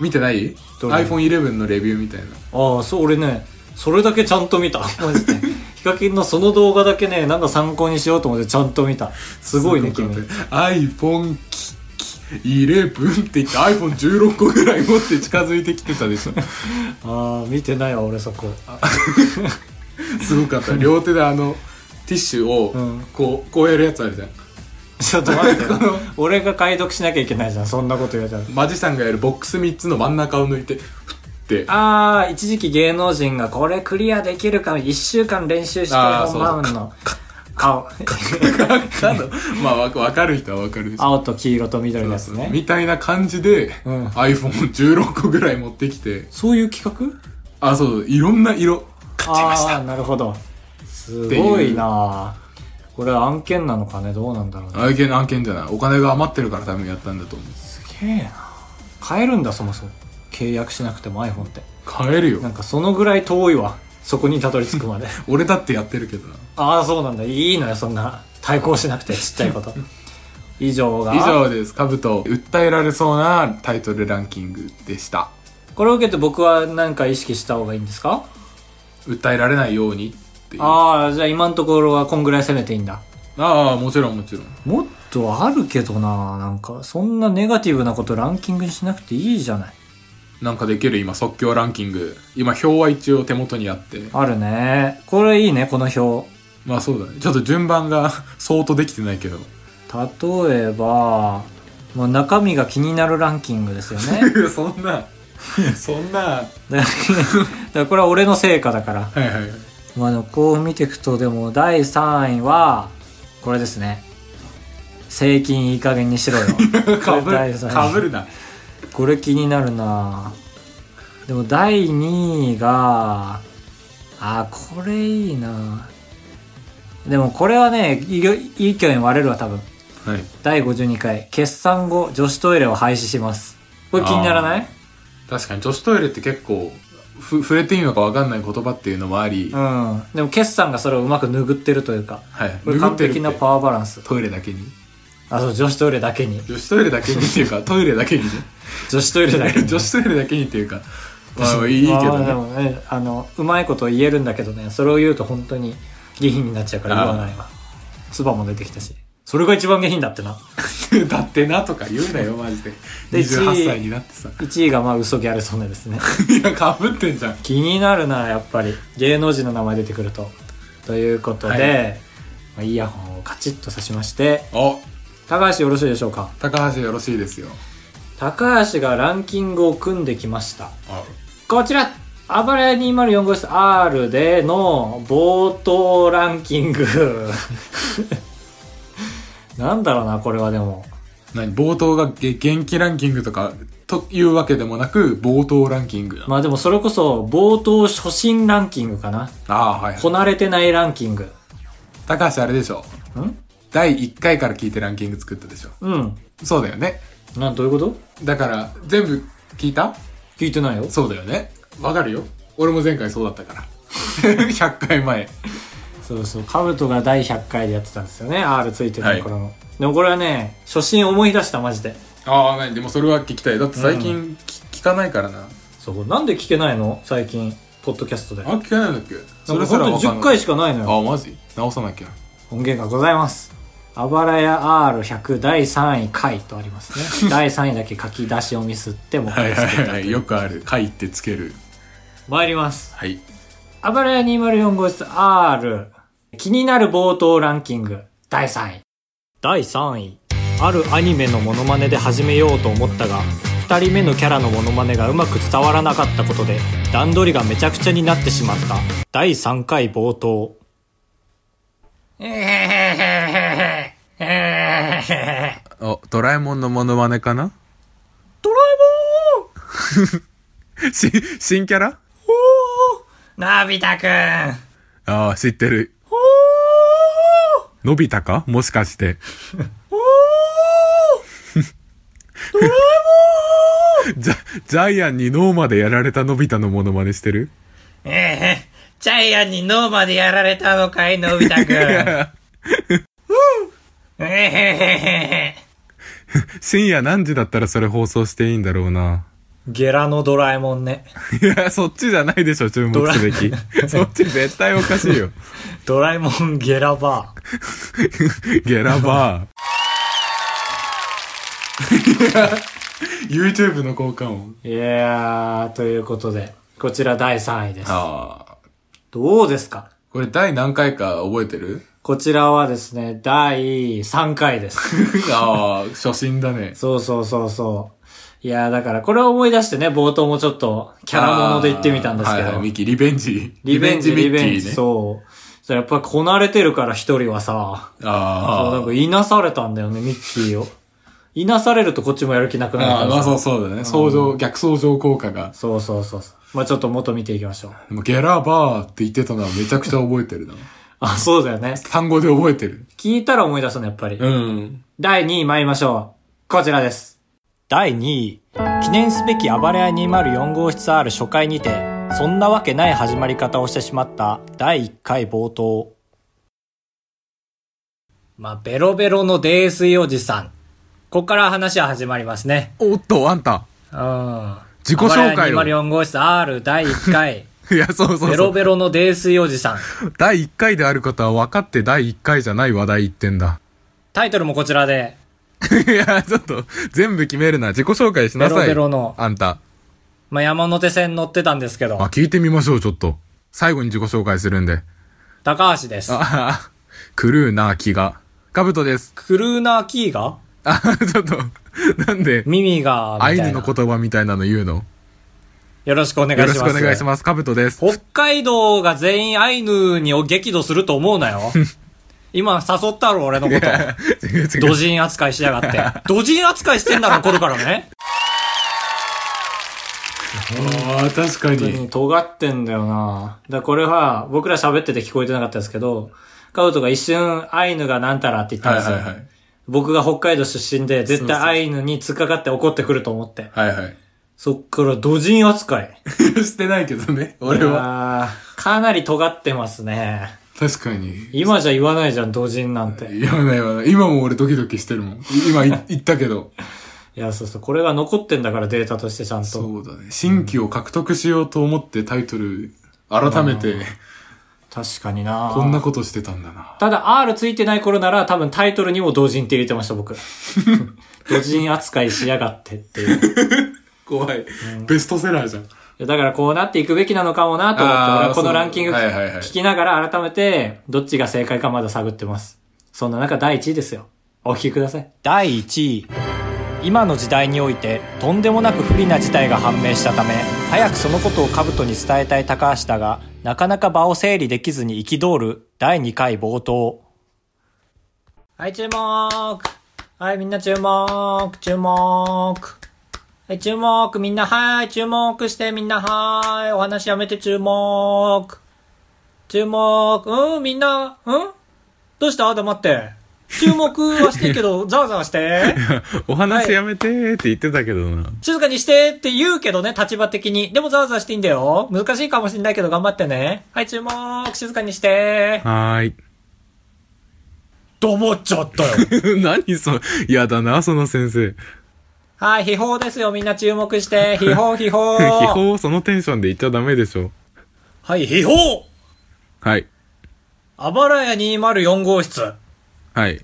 Speaker 1: 見てない
Speaker 2: どれ
Speaker 1: ?iPhone11 のレビューみたいな
Speaker 2: ああ、そう、俺ね、それだけちゃんと見た。マジで。 ヒカキンのその動画だけね、なんか参考にしようと思ってちゃんと見た。すごいね、君。
Speaker 1: iPhone きき11って言って iPhone16 個ぐらい持って近づいてきてたで しょ
Speaker 2: ああ、見てないわ、俺そこ。
Speaker 1: すごかった両手であのティッシュ
Speaker 2: うん
Speaker 1: をこうこうやるやつあるじゃん
Speaker 2: ちょっと待って よ。俺が解読しなきゃいけないじゃん、そんなこと言われたら。
Speaker 1: マジシャンがやるボックス3つの真ん中を抜いてふって
Speaker 2: あー、一時期芸能人がこれクリアできるか、一週間練習して
Speaker 1: あー
Speaker 2: 本番の顔。
Speaker 1: あのまあわわかる人はわかるでしょ
Speaker 2: 青と黄色と緑のやつね。
Speaker 1: みたいな感じで、
Speaker 2: うん
Speaker 1: iPhone16 個ぐらい持ってきて
Speaker 2: そういう企
Speaker 1: あそういろんな色
Speaker 2: 画あー、なるほど。すごいなーこれは案件なのかね、どうなんだろうね。
Speaker 1: 案件案件じゃないお金が余ってるから多分やったんだと思う
Speaker 2: すげえな買えるんだ、そもそも。契約しなくても iPhone って。
Speaker 1: 買えるよ
Speaker 2: なんかそのぐらい遠いわ。そこにたどり着くま で。
Speaker 1: 俺だってやってるけどな
Speaker 2: ああ、そうなんだ。いいのよ、そんな。対抗しなくて、ちっちゃい こと。以上が。
Speaker 1: 以上ですカブト訴えられそうなタイトルランキングでした
Speaker 2: これを受けて僕は何か意識した方がいいんですか
Speaker 1: 訴えられないようにっていうあ
Speaker 2: ああ、じゃあ今のところはこんぐらい攻めていいんだ。
Speaker 1: あもちろんもちろん
Speaker 2: もっとあるけどな、なんか。そんなネガティブなことランキングにしなくていいじゃない。
Speaker 1: なんかできる今即興ランキング今表は一応手元にあって
Speaker 2: あるね。これいいね、この表。
Speaker 1: まあそうだねちょっと順番が 相当できてないけど
Speaker 2: 例えば、まあ、中身が気になるランキングですよ ね。
Speaker 1: そんなそんなは
Speaker 2: だだからこれは俺の成果だから。
Speaker 1: いはい
Speaker 2: まあでもこう見ていくとでも第3位はこれですね税金いい加減にしろよ
Speaker 1: か
Speaker 2: こ
Speaker 1: ぶ
Speaker 2: れ第
Speaker 1: る
Speaker 2: 三位
Speaker 1: かぶるな
Speaker 2: これ気になるなでも第2位があーこれいいなでもこれはねいいいい去年割れるわ多分
Speaker 1: はい
Speaker 2: 第52回決算後女子トイレを廃止しますこれ気にならない
Speaker 1: 確かに女子トイレって結構ふ触れていいのかわかんない言葉っていうのもあり、
Speaker 2: うん。でも、決算がそれをうまく拭ってるというか、
Speaker 1: はい。
Speaker 2: これ完璧なパ
Speaker 1: ワ
Speaker 2: ワーバランス。
Speaker 1: トイレだけに。
Speaker 2: あ、そう、女子トイレだけに。
Speaker 1: 女子トイレだけにっていうか、トイレだけにね。
Speaker 2: 女子トイレだけに。
Speaker 1: 女子トイレだけにっていうか、まあいいけど
Speaker 2: あーで
Speaker 1: ね。
Speaker 2: もね、あの、うまいこと言えるんだけどね、それを言うと本当に下品になっちゃうから言わないわ。唾も出てきたし。それが一番下品だってな。
Speaker 1: だってなとか言うなよ、マジで。
Speaker 2: で一
Speaker 1: 28
Speaker 2: 位
Speaker 1: 歳になってさ。
Speaker 2: 1位がまあ、嘘ギャル曽根ですね。
Speaker 1: いや、かぶってんじゃん。
Speaker 2: 気になるな、やっぱり。芸能人の名前出てくると。ということで、
Speaker 1: はい
Speaker 2: まあイヤホンをカチッと刺しまして、
Speaker 1: お、
Speaker 2: 高橋よろしいでしょうか
Speaker 1: 高橋よろしいですよ。
Speaker 2: 高橋がランキングを組んできました。
Speaker 1: あ
Speaker 2: こちら暴れ204号室 R での冒頭ランキング。 なんだろうな、これはでも。
Speaker 1: 何冒頭がげ元気ランキングとか、というわけでもなく、冒頭ランキング。
Speaker 2: まあでもそれこそ冒頭初心ランキングかな。
Speaker 1: ああ、はいはい。
Speaker 2: こなれてないランキング。
Speaker 1: 高橋あれでしょ。
Speaker 2: ん
Speaker 1: 第1回から聞いてランキング作ったでしょ。
Speaker 2: うん。
Speaker 1: そうだよね。
Speaker 2: なん、どういうこと
Speaker 1: だから、全部聞いた
Speaker 2: 聞いてないよ。
Speaker 1: そうだよね。わかるよ。俺も前回そうだったから。100回 前。
Speaker 2: そうそう、カブトが第100回でやってたんですよね、R ついて
Speaker 1: は
Speaker 2: る
Speaker 1: い
Speaker 2: ところの。でもこれはね、初心思い出した、マジで。
Speaker 1: ああ、何でもそれは聞きたい。だって最近、き聞かないからな。
Speaker 2: そう、なんで聞けないの最近、ポッドキャストで。
Speaker 1: あ、聞かないんだっけ
Speaker 2: そ
Speaker 1: そ
Speaker 2: れ
Speaker 1: れ
Speaker 2: ほ
Speaker 1: す
Speaker 2: ん
Speaker 1: ら
Speaker 2: と
Speaker 1: わかん
Speaker 2: 10
Speaker 1: ない。
Speaker 2: 回しかないのよ。
Speaker 1: ああ、マジ直さなきゃ。
Speaker 2: 音源がございます。あばらや R100 第3位回とあります ね。第3位だけ書き出しをミスってもう一
Speaker 1: は
Speaker 2: 回
Speaker 1: い
Speaker 2: 作
Speaker 1: は
Speaker 2: ったと
Speaker 1: いはい。よくある。回ってつける。
Speaker 2: 参ります。
Speaker 1: はい。
Speaker 2: あばらや204号室 R。気になる冒頭ランキング第3位。第3位。あるアニメのモノマネで始めようと思ったが、2人目のキャラのモノマネがうまく伝わらなかったことで、段取りがめちゃくちゃになってしまった。第3回冒頭。
Speaker 1: お、ドラえもんのモノマネかな
Speaker 2: ドラえもん
Speaker 1: し、新キャラ
Speaker 2: のび太くん。
Speaker 1: ああ、知ってる。のび太かもしかして。ドラえもんジャイアンに脳までやられたのび太のモノマネしてる
Speaker 2: ええジャイアンに脳までやられたのかい、のび太くん。うん。えへへへ
Speaker 1: 深夜何時だったらそれ放送していいんだろうな。
Speaker 2: ゲラのドラえもんね。
Speaker 1: いや、そっちじゃないでしょ、注目すべき。 そっち絶対おかしいよ。
Speaker 2: ドラえもんゲラバー。
Speaker 1: ゲラバー。YouTube の効果音。
Speaker 2: いやー、ということで、こちら第3位です。
Speaker 1: ああ。
Speaker 2: どうですか
Speaker 1: これ第何回か覚えてる
Speaker 2: こちらはですね、第3回 です。
Speaker 1: ああ、初心だね。
Speaker 2: そうそうそうそう。いやー、だからこれを思い出してね、冒頭もちょっとキャラもので言ってみたんですけど。
Speaker 1: はいはいミッキー、リベンジ。
Speaker 2: リベンジ、リベンジ、
Speaker 1: ね。
Speaker 2: そう。そしたらやっぱりこなれてるから一人はさ、そうな
Speaker 1: あ
Speaker 2: んかいなされたんだよね、ミッキーを。いなされるとこっちもやる気なく
Speaker 1: あ。
Speaker 2: なるか
Speaker 1: ああ、
Speaker 2: ら
Speaker 1: まあそう
Speaker 2: さ。
Speaker 1: そうだね。相乗、逆相乗効果が。
Speaker 2: そうそうそうそう。まあちょっと元見ていきましょう。
Speaker 1: でもゲラバーって言ってたのはめちゃくちゃ覚えてるな。
Speaker 2: あ、そうだよね。
Speaker 1: 単語で覚えてる。
Speaker 2: 聞いたら思い出すね、やっぱり。
Speaker 1: うん。
Speaker 2: 第2位参りましょう。こちらです。第2位。記念すべき暴れ屋204号室 R 初回にて、そんなわけない始まり方をしてしまった第1回冒頭。まあ、ベロベロの泥酔おじさん。ここから話は始まりますね。
Speaker 1: おっと、あんた。
Speaker 2: うん。
Speaker 1: 自己紹介を
Speaker 2: 暴れ屋204号室 R 第1回。
Speaker 1: いや、 そうそう
Speaker 2: ベ
Speaker 1: そ
Speaker 2: ロ
Speaker 1: う。
Speaker 2: ベロの泥酔おじさん。
Speaker 1: 第1回であることは分かって第1回じゃない話題言ってんだ。
Speaker 2: タイトルもこちらで。
Speaker 1: いや、ちょっと、全部決めるな。自己紹介しなさい。
Speaker 2: ベロベロの
Speaker 1: あんた。
Speaker 2: まあ、山手線乗ってたんですけど
Speaker 1: あ、、聞いてみましょう、ちょっと。最後に自己紹介するんで。
Speaker 2: 高橋です。
Speaker 1: ああ、クルーな気が。カブトです。
Speaker 2: クルーナーキーが
Speaker 1: あ、ちょっと、なんで、
Speaker 2: 耳が、
Speaker 1: ア
Speaker 2: み
Speaker 1: イ
Speaker 2: たい
Speaker 1: ヌ
Speaker 2: な
Speaker 1: の。言葉みたいなの言うの
Speaker 2: よろしくお願い
Speaker 1: よろ
Speaker 2: し
Speaker 1: し
Speaker 2: ま
Speaker 1: くお
Speaker 2: す。
Speaker 1: 願いします。カブトです。
Speaker 2: 北海道が全員アイヌに激怒すると思う なよ。今誘ったろ、俺のこと。
Speaker 1: 違う違
Speaker 2: ド
Speaker 1: う。
Speaker 2: ジン扱いしやがって。ドジン扱いしてんだろ、これから ね。
Speaker 1: ああ、確か
Speaker 2: 本当。に尖ってんだよなだからこれは、僕ら喋ってて聞こえてなかったですけど、カウトが一瞬、アイヌがなんたらって言ったん
Speaker 1: はい
Speaker 2: ですよ。
Speaker 1: はいはい。
Speaker 2: 僕が北海道出身で、絶対アイヌに突っかかって怒ってくると思って。
Speaker 1: はいはい。
Speaker 2: そっから土人扱い。
Speaker 1: してないけどね、俺は。
Speaker 2: は。かなり尖ってますね。
Speaker 1: 確かに。
Speaker 2: 今じゃ言わないじゃん、土人なんて。
Speaker 1: 言わないわない。今も俺ドキドキしてるもん。今 い言ったけど。
Speaker 2: いや、そうそう。これが残ってんだからデータとしてちゃんと。
Speaker 1: そうだね。新規を獲得しようと思ってタイトル、改めて、
Speaker 2: 確かにな
Speaker 1: こんなことしてたんだな。
Speaker 2: ただ R ついてない頃なら多分タイトルにも同人って入れてました、 僕。同人扱いしやがってっていう。い
Speaker 1: 怖い。ベストセラーじゃ ん。
Speaker 2: やだからこうなっていくべきなのかもなと思って、
Speaker 1: あー
Speaker 2: 俺はこのランキング
Speaker 1: そうはいはいはい
Speaker 2: 聞きながら改めて、どっちが正解かまだ探ってます。そんな中第1位ですよ。お聞きください。第1位。今の時代においてとんでもなく不利な事態が判明したため早くそのことを兜に伝えたい高橋だがなかなか場を整理できずに憤る第2回冒頭はい注目はいみんな注目注目はい注目みんなはい注目してみんなはいお話やめて注目注目うんみんなうんどうした黙って注目はしてるけ ど、ざわざわして。
Speaker 3: お話やめてーって言ってたけどな。
Speaker 2: 静かにしてって言うけどね、立場的に。でもざわざわしていいんだよ。難しいかもしんないけど頑張ってね。はい、注目静かにして。
Speaker 3: はーい。
Speaker 2: 思っちゃったよ。
Speaker 3: 何その、やだな、その先生。
Speaker 2: はい、秘宝ですよ。みんな注目して。秘宝、 秘宝。
Speaker 3: 秘宝をそのテンションで言っちゃダメでしょ。
Speaker 2: はい、秘宝
Speaker 3: はい。
Speaker 2: あばらや204号室。
Speaker 3: はい。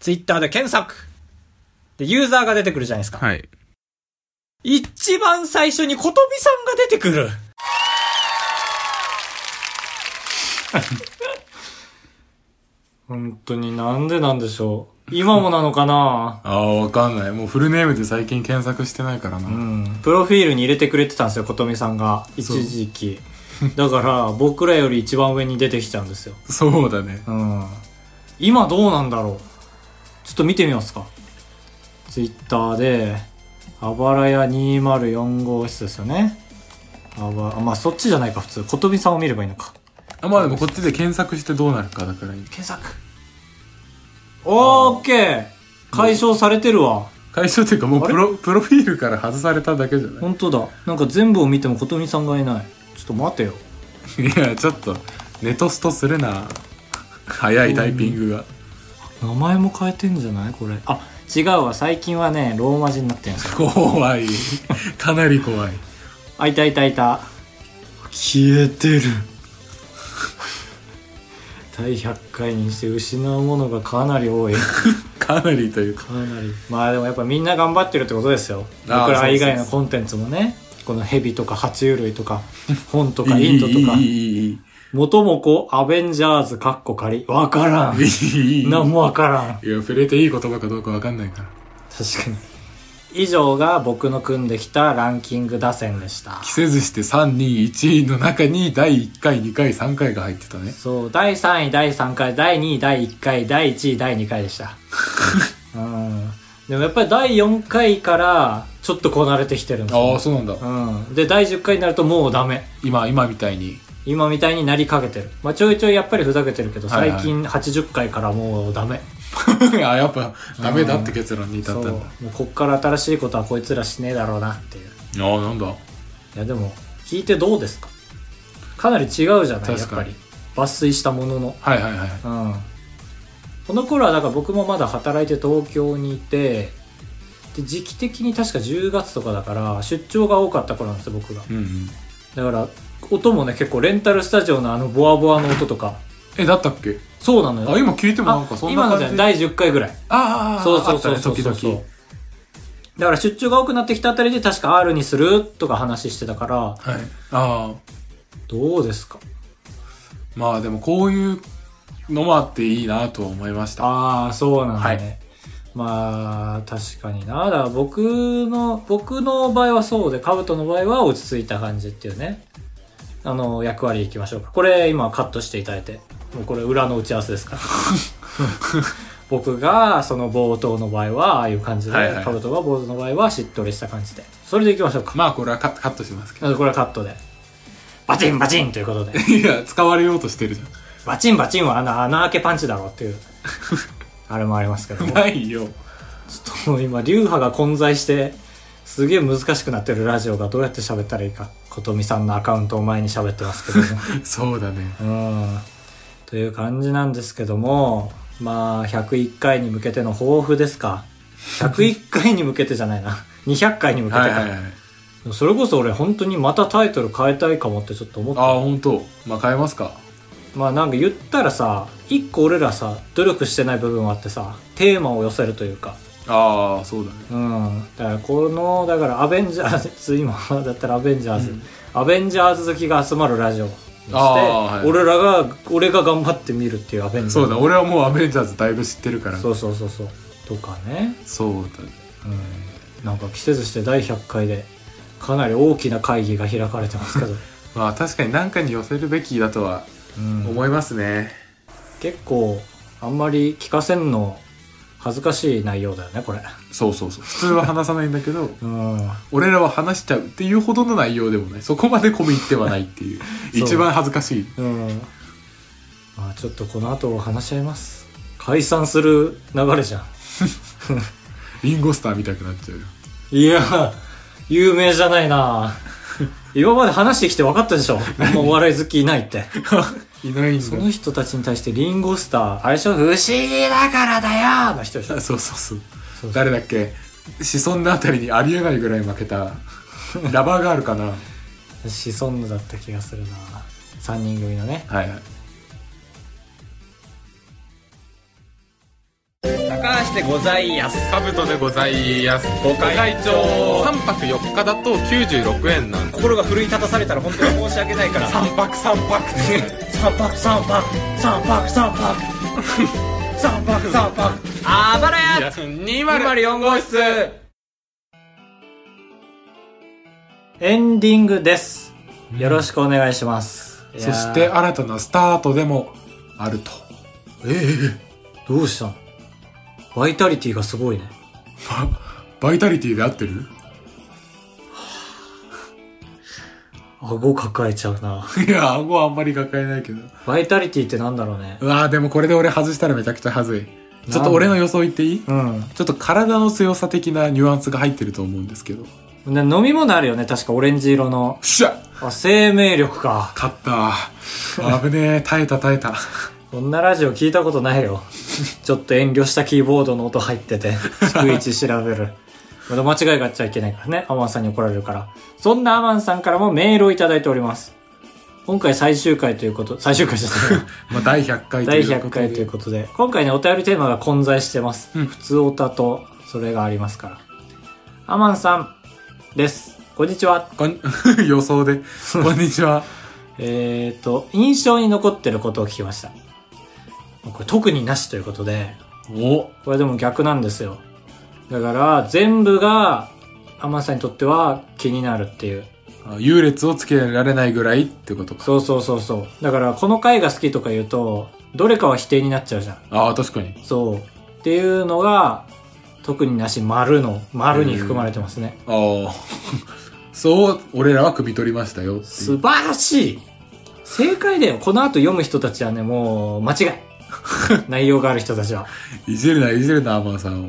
Speaker 2: ツイッターで検索。で、ユーザーが出てくるじゃないですか。
Speaker 3: はい。
Speaker 2: 一番最初にことびさんが出てくる。 本当になんでなんでしょう。今もなのかな
Speaker 1: ああ、わかんない。もうフルネームで最近検索してないからな。
Speaker 2: うん。プロフィールに入れてくれてたんですよ、ことみさんが。一時 期。だから、僕らより一番上に出てきちゃうんですよ。
Speaker 1: そうだね。
Speaker 2: うん。今どうなんだろう。ちょっと見てみますか。ツイッターで、あばらや204号室ですよね。あば、あまあそっちじゃないか、普通。ことびさんを見ればいいのか。
Speaker 1: あまあでもこっちで検索してどうなるかだからいい。
Speaker 2: 検索。オーケー解消されてるわ。
Speaker 1: 解消っていうかもう
Speaker 2: あれ
Speaker 1: プロ、プロフィールから外されただけじゃない
Speaker 2: 本当だ。なんか全部を見てもことみさんがいない。ちょっと待てよ。
Speaker 1: いや、ちょっと、ネトストするな。早いタイピングが。
Speaker 2: 名前も変えてんじゃないこれ。あ、違うわ。最近はね、ローマ字になってるんですよ。
Speaker 1: 怖い。かなり怖い。
Speaker 2: あ、いたいたいた。
Speaker 1: 消えてる。
Speaker 2: 第100回にして失うものがかなり多い。
Speaker 1: かなりというか。
Speaker 2: かなりまあでもやっぱみんな頑張ってるってことですよ
Speaker 1: あー
Speaker 2: 僕ら以外
Speaker 1: そう
Speaker 2: の
Speaker 1: そう
Speaker 2: コンテンツもねこのヘビとか爬虫類と か本とか
Speaker 1: いい
Speaker 2: インドとか
Speaker 1: いい、いい、いい。
Speaker 2: 元も子アベンジャーズかっこ仮わからん
Speaker 1: いい、いい。
Speaker 2: 何もわからん
Speaker 1: いや、触れていい言葉かどうかわかんないから。
Speaker 2: 確かに以上が僕の組んできたランキング打線でした
Speaker 1: 着せずして3、2、1の中に第1回、2回、3回が入ってたね。
Speaker 2: そう第3位第3回第2位第1回第1位第2回でした うんでもやっぱり第4回からちょっとこなれてきてるんですよ、
Speaker 1: ああ、そうなんだ。
Speaker 2: うん、で第10回になるともうダメ
Speaker 1: 今、今みたいに。
Speaker 2: 今みたいになりかけてる、まあ、ちょいちょいやっぱりふざけてるけど
Speaker 1: はいはい
Speaker 2: 最近80回からもうダメ
Speaker 1: あやっぱ、ダメだって結論に至
Speaker 2: そ
Speaker 1: っ
Speaker 2: う
Speaker 1: たん
Speaker 2: も
Speaker 1: だ。
Speaker 2: うこっから新しいことはこいつらしねえだろうなっていう
Speaker 1: ああ、なんだ。
Speaker 2: いやでも聞いてどうですかかなり違うじゃないやっ
Speaker 1: 確
Speaker 2: ぱ
Speaker 1: か
Speaker 2: り
Speaker 1: に
Speaker 2: 抜粋したものの
Speaker 1: はいはいはい。
Speaker 2: うんこの頃はだから僕もまだ働いて東京にいてで時期的に確か10月とかだから出張が多かった頃なんですよ僕が
Speaker 1: うんうん。
Speaker 2: だから音もね結構レンタルスタジオのあのボワボワの音とか
Speaker 1: え、だったっけ
Speaker 2: そうなのよ
Speaker 1: あ、今聞いてもなんかそんな
Speaker 2: 今の
Speaker 1: 感
Speaker 2: じ
Speaker 1: じ。
Speaker 2: ゃ第10回ぐらい
Speaker 1: ああ、
Speaker 2: そうそうそう
Speaker 1: あった
Speaker 2: そう
Speaker 1: ね
Speaker 2: そう
Speaker 1: 時々。
Speaker 2: だから出張が多くなってきたあたりで確か R にするとか話してたから
Speaker 1: はい。ああ、
Speaker 2: どうですか
Speaker 1: まあでもこういうのもあっていいなとは思いました。
Speaker 2: ああそうなんだね、
Speaker 1: は
Speaker 2: まあ確かになだから僕の僕の場合はそうで兜の場合は落ち着いた感じっていうねあの役割いきましょうかこれ今カットしていただいてもうこれ裏の打ち合わせです から僕がその冒頭の場合はああいう感じで、
Speaker 1: はいはい
Speaker 2: 兜が冒頭の場合はしっとりした感じでそれでいきましょうか
Speaker 1: まあこれはカカットしますけ
Speaker 2: なのでこれはカットで。バチンバチンということで。
Speaker 1: ど。いや、使われようとしてるじゃ
Speaker 2: バチンバチンは穴穴開けパンチだろうって いう。あれもありますけど
Speaker 1: ん。
Speaker 2: も。ちょ
Speaker 1: ないよ。
Speaker 2: っともう今、流派が混在して、すげえ難しくなってるラジオがどうやって喋ったらいいかことみさんのアカウントを前に喋ってますけども
Speaker 1: そうだね。
Speaker 2: うんという感じなんですけどもまあ101回に向けての抱負ですか101回に向けてじゃないな200回に向けてか、
Speaker 1: はいはいはい。
Speaker 2: それこそ俺本当にまたタイトル変えたいかもってちょっと思った
Speaker 1: ああ、本当。まあ、変えますか。
Speaker 2: まあなんか言ったらさ一個俺らさ努力してない部分はあってさテーマを寄せるというか
Speaker 1: ああ、そうだね。
Speaker 2: うんだからこのだからアベンジャーズ 今だったらアベンジャーズ、アベンジャーズ好きが集まるラジオにして、
Speaker 1: あーはい
Speaker 2: 俺らが俺が頑張って見るっていうアベンジャーズ
Speaker 1: そうだ、俺はもうアベンジャーズだいぶ知ってるから。
Speaker 2: そうそうそうそうとかね、
Speaker 1: そうだね。
Speaker 2: うん、なんか季節して第100回でかなり大きな会議が開かれてますけど、
Speaker 1: まあ、確かに何かに寄せるべきだとは
Speaker 2: うん
Speaker 1: 思いますね。
Speaker 2: 結構あんまり聞かせんの恥ずかしい内容だよねこれ
Speaker 1: そうそうそう。普通は話さないんだけど、
Speaker 2: うん
Speaker 1: 俺らは話しちゃうっていうほどの内容でもない。そこまで込み入ってはないって いう。
Speaker 2: そう
Speaker 1: 一番恥ずかしい。
Speaker 2: うんまあちょっとこの後話し合います解散する流れじゃん
Speaker 1: リンゴスターみたくなっちゃうよ。
Speaker 2: いや有名じゃないな今まで話してきて分かったでしょあんまお笑い好きいないって
Speaker 1: いないん
Speaker 2: その人たちに対してリンゴスターあれでしょ不思議だからだよの人でしょ
Speaker 1: だ。そうそうそう。
Speaker 2: そう
Speaker 1: 誰だっけ子孫のあたりにありえないぐらい負けた。ラバーガールかな。
Speaker 2: シソンヌだった気がするな3人組のね
Speaker 1: はいはい。
Speaker 3: 高橋でございやす。かぶとでございやす。ご会長。3泊4日だと96円なんで
Speaker 2: 心が奮い立たされたら本当に申し訳ないから
Speaker 3: 3泊3泊って。
Speaker 2: 三泊三泊三泊三泊三泊三泊
Speaker 3: あばらや !204 号室
Speaker 2: エンディングですよろしくお願いします、いや
Speaker 1: そ
Speaker 2: ー
Speaker 1: して新たなスタートでもあると。ええ
Speaker 2: どうしたのバイタリティがすごいね
Speaker 1: バイタリティで合ってる
Speaker 2: 顎抱えちゃうない
Speaker 1: や、顎はあんまり抱えないけど。
Speaker 2: バイタリティってなんだろうね
Speaker 1: うわあでもこれで俺外したらめちゃくちゃ恥ずい。ちょっと俺の予想言っていい
Speaker 2: うん
Speaker 1: ちょっと体の強さ的なニュアンスが入ってると思うんですけど。よ
Speaker 2: ね飲み物あるよね確かオレンジ色の
Speaker 1: っしゃ
Speaker 2: あ生命力か
Speaker 1: 勝った。危ねえ、耐えた耐えた。
Speaker 2: こんなラジオ聞いたことないよ。ちょっと遠慮したキーボードの音入ってて、逐一調べる。まだ間違いがあっちゃいけないからね。アマンさんに怒られるから。そんなアマンさんからもメールをいただいております。今回最終回ということ、最終回じゃない
Speaker 1: まあ、第100回とい
Speaker 2: 第
Speaker 1: う
Speaker 2: 100
Speaker 1: ことで。
Speaker 2: 回ということで、今回ね、お便りテーマが混在してます。
Speaker 1: うん
Speaker 2: 普通オタと、それがありますから。アマンさんです。こんにちは。
Speaker 1: こん 予想で。こんにちは。
Speaker 2: えーと、印象に残ってることを聞きました。これ特になしということで、
Speaker 1: お
Speaker 2: これでも逆なんですよ。だから、全部が、アマンさんにとっては気になるっていう。
Speaker 1: あ優劣をつけられないぐらいってことか。
Speaker 2: そうそうそうそう。だから、この回が好きとか言うと、どれかは否定になっちゃうじゃん。
Speaker 1: ああ、確かに。
Speaker 2: そう。っていうのが、特になし、丸の、丸に含まれてますね。
Speaker 1: ああ。 そう、俺らは汲み取りましたよってい
Speaker 2: 素
Speaker 1: う。
Speaker 2: 晴らしい正解だよ。この後読む人たちはね、もう、間違い。 内容がある人たちは。
Speaker 1: いじるな、いじるな、アマンさんを。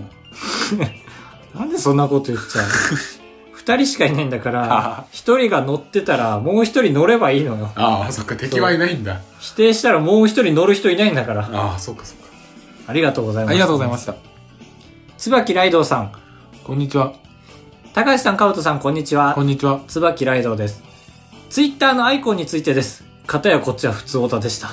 Speaker 2: なんでそんなこと言っちゃうの 二人しかいないんだから、一人が乗ってたら、もう一人乗ればいいのよ。
Speaker 1: ああ、そっか、敵はいないんだ。
Speaker 2: 否定したらもう一人乗る人いないんだから。
Speaker 1: ああ、そっか、そっか。
Speaker 2: ありがとうございます。
Speaker 1: ありがとうございました。
Speaker 2: す。椿ライドウさん。
Speaker 1: こんにちは。
Speaker 2: 高橋さん、カウトさん、こんにちは
Speaker 1: こ。んにちは。
Speaker 2: 椿ライドウです。ツイッターのアイコンについてです。かたやこっちは普通オタで した。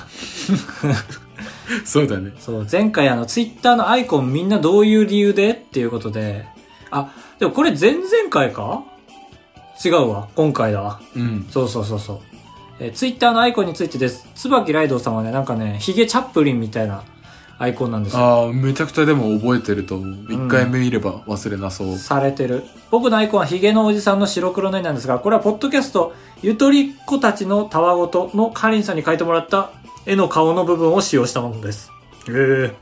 Speaker 1: そうだね。
Speaker 2: そう、前回あの、ツイッターのアイコンみんなどういう理由でっていうことで。あ、でもこれ前々回か違うわ。今回だわ。
Speaker 1: うん。
Speaker 2: そうそうそうそう。えー、ツイッターのアイコンについてです。椿ライドウさんはね、なんかね、ヒゲチャップリンみたいなアイコンなんですよ。
Speaker 1: ああ、めちゃくちゃでも覚えてると思う。一、
Speaker 2: ん
Speaker 1: 回目見れば忘れなそう。
Speaker 2: されてる。僕のアイコンはヒゲのおじさんの白黒の絵なんですが、これはポッドキャスト、ゆとりっ子たちのたわごとのカリンさんに描いてもらった絵の顔の部分を使用したものです。へえ。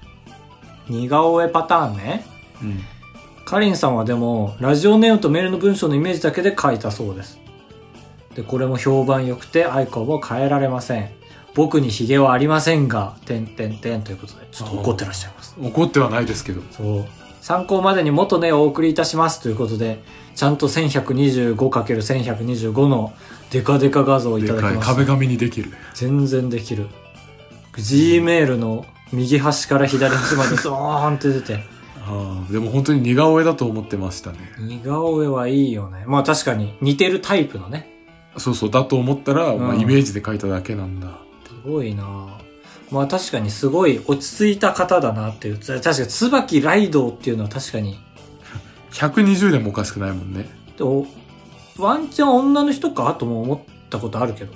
Speaker 2: 似顔絵パターンね。
Speaker 1: うん。
Speaker 2: カリンさんはでも、ラジオネームとメールの文章のイメージだけで描いたそうです。で、これも評判良くて、アイコンも変えられません。僕にヒゲはありませんが、てんてんてんということで、ちょっと怒ってらっしゃいます。
Speaker 1: 怒ってはないですけど。
Speaker 2: そう。参考までに元ねをお送りいたしますということで、ちゃんと 1125×1125 のデカデカ画像をい
Speaker 1: で
Speaker 2: ただき
Speaker 1: かい
Speaker 2: ました。
Speaker 1: 壁紙にできる。
Speaker 2: 全然できる。Gmail の右端から左端までドーンって出て。
Speaker 1: ああ、でも本当に似顔絵だと思ってましたね。
Speaker 2: 似顔絵はいいよね。まあ確かに似てるタイプのね。
Speaker 1: そうそう、だと思ったら、まあ、
Speaker 2: うん
Speaker 1: イメージで描いただけなんだ。
Speaker 2: すごいなまあ確かにすごい落ち着いた方だなっていう。確かに椿ライドウっていうのは確かに。
Speaker 1: 120でもおかしくないもんね。
Speaker 2: でおワンチャン女の人かとも思ったことあるけど。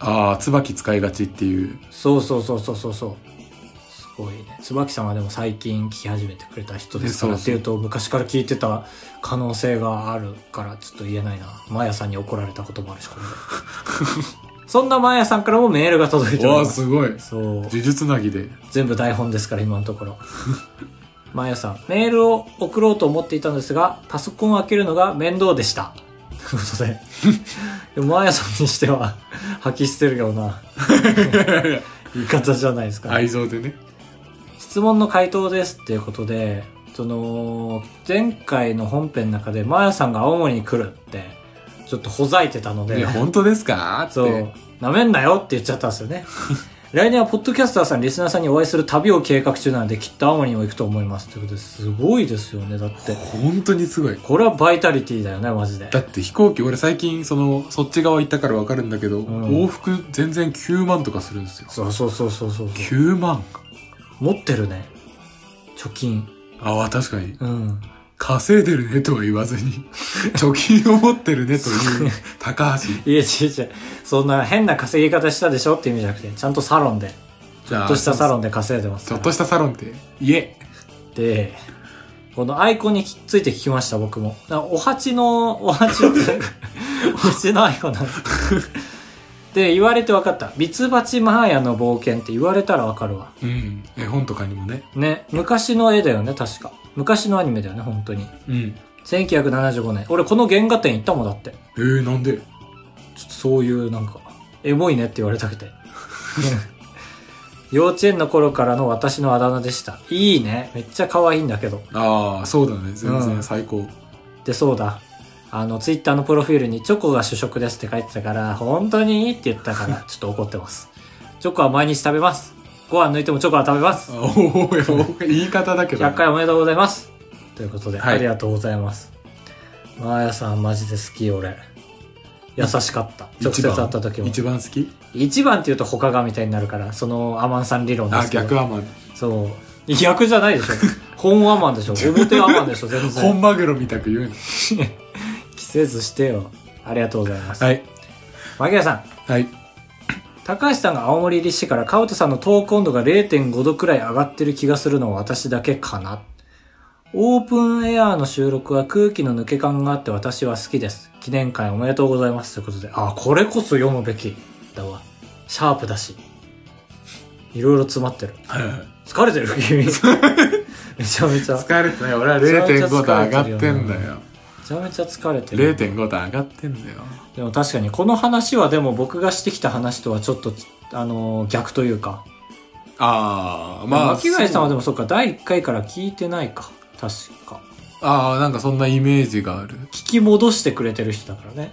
Speaker 1: ああ、椿使いがちっていう。
Speaker 2: そうそうそうそうそうそう。すごいね。椿さんはでも最近聞き始めてくれた人ですから
Speaker 1: えそうそう
Speaker 2: っていうと昔から聞いてた可能性があるからちょっと言えないな。マヤさんに怒られたこともあるし、これ でそんなマヤさんからもメールが届いており
Speaker 1: わあ、
Speaker 2: ます
Speaker 1: す。ごい。
Speaker 2: そう。
Speaker 1: 呪術なぎで。
Speaker 2: 全部台本ですから今のところ マヤさんメールを送ろうと思っていたんですがパソコンを開けるのが面倒でしたということ ででもマヤさんにしては吐き捨てるような言い方じゃないですか、
Speaker 1: 愛情でね。
Speaker 2: 質問の回答ですっていうことでその前回の本編の中でマヤさんが青森に来るってちょっとほざいてたので、
Speaker 1: ね、本当ですかって。
Speaker 2: そう。なめんなよって言っちゃったんですよ ね。来年はポッドキャスターさん、リスナーさんにお会いする旅を計画中なので、きっと青森にも行くと思います。ということですごいですよね。だ って、
Speaker 1: 本当にすごい。
Speaker 2: これはバイタリティだよね、マジで。
Speaker 1: だって飛行機、俺最近、その、そっち側行ったからわかるんだけど、
Speaker 2: ん
Speaker 1: 往復全然9万とかするんですよ。
Speaker 2: そうそうそうそうそう。
Speaker 1: 9万
Speaker 2: 持ってるね。貯金。
Speaker 1: ああ、確かに。
Speaker 2: うん。
Speaker 1: 稼いでるねとは言わず に、貯金を持ってるねという、高橋。
Speaker 2: いや、違う違う。そんな変な稼ぎ方したでしょって意味じゃなくて、ちゃんとサロンで、
Speaker 1: ちょ
Speaker 2: ちょっとしたサロンで稼いでます
Speaker 1: ち
Speaker 2: か
Speaker 1: ょっ
Speaker 2: ら。
Speaker 1: としたサロンって、家。
Speaker 2: で、このアイコンにきついて聞きました、僕も。なお鉢の、お鉢って、お鉢のアイコンなんです。で、言われて分かった。ミツバチマーヤの冒険って言われたら分かるわ。
Speaker 1: うん。絵本とかにもね。
Speaker 2: ね、昔の絵だよね、確か。昔のアニメだよね、本当に。
Speaker 1: うん。
Speaker 2: 1975年。俺、この原画展行ったもんだって。ちょ
Speaker 1: えー、なんで
Speaker 2: っとそういう、なんか、エモいねって言われたくて。幼稚園の頃からの私のあだ名でした。いいね。めっちゃ可愛いんだけど。
Speaker 1: ああ、そうだね。全
Speaker 2: うん
Speaker 1: 然最高。
Speaker 2: で、そうだ。あの、ツイッターのプロフィールにチョコが主食ですって書いてたから、本当にって言った から、ちょっと怒ってます。チョコは毎日食べます。ご飯抜いてもチョコは食べます。
Speaker 1: あおお、言い方だけどね。
Speaker 2: 100回おめでとうございます。ということで、
Speaker 1: はい
Speaker 2: ありがとうございます。マーヤさんマジで好き、俺。優しかった。直接会った時も。
Speaker 1: 一番好き
Speaker 2: 一番って言うと他がみたいになるから、そのアマンさん理論で
Speaker 1: あ、
Speaker 2: すけど。
Speaker 1: 逆アマン。
Speaker 2: そう。逆じゃないでしょ。本アマン でしょ。表アマンでしょ、全然。
Speaker 1: 本マグロみたく言うの。
Speaker 2: 着せずしてよ。ありがとうございます。
Speaker 1: はい。
Speaker 2: マギアさん、
Speaker 1: はい。
Speaker 2: 高橋さんが青森入りしてから、カウトさんのトーク温度が0.5度くらい上がってる気がするのは私だけかな。オープンエアーの収録は空気の抜け感があって私は好きです。記念会おめでとうございます。ということで。あ、これこそ読むべきだわ。シャープだし。いろいろ詰まってる。疲れてる君。めちゃめちゃ、め
Speaker 1: 疲れてない。俺は0.5度上がってんだよ。
Speaker 2: ちゃめちゃ疲れてる。
Speaker 1: 0.5度上がってんだよ。
Speaker 2: でも確かにこの話はでも僕がしてきた話とはちょっと、あのー逆というか。
Speaker 1: ああ、ま
Speaker 2: ま
Speaker 1: あ。
Speaker 2: あ、巻貝さんはで
Speaker 1: そう
Speaker 2: もそっか、第1回から聞いてないか。確か。
Speaker 1: ああ、なんかそんなイメージがある。
Speaker 2: 聞き戻してくれてる人だからね。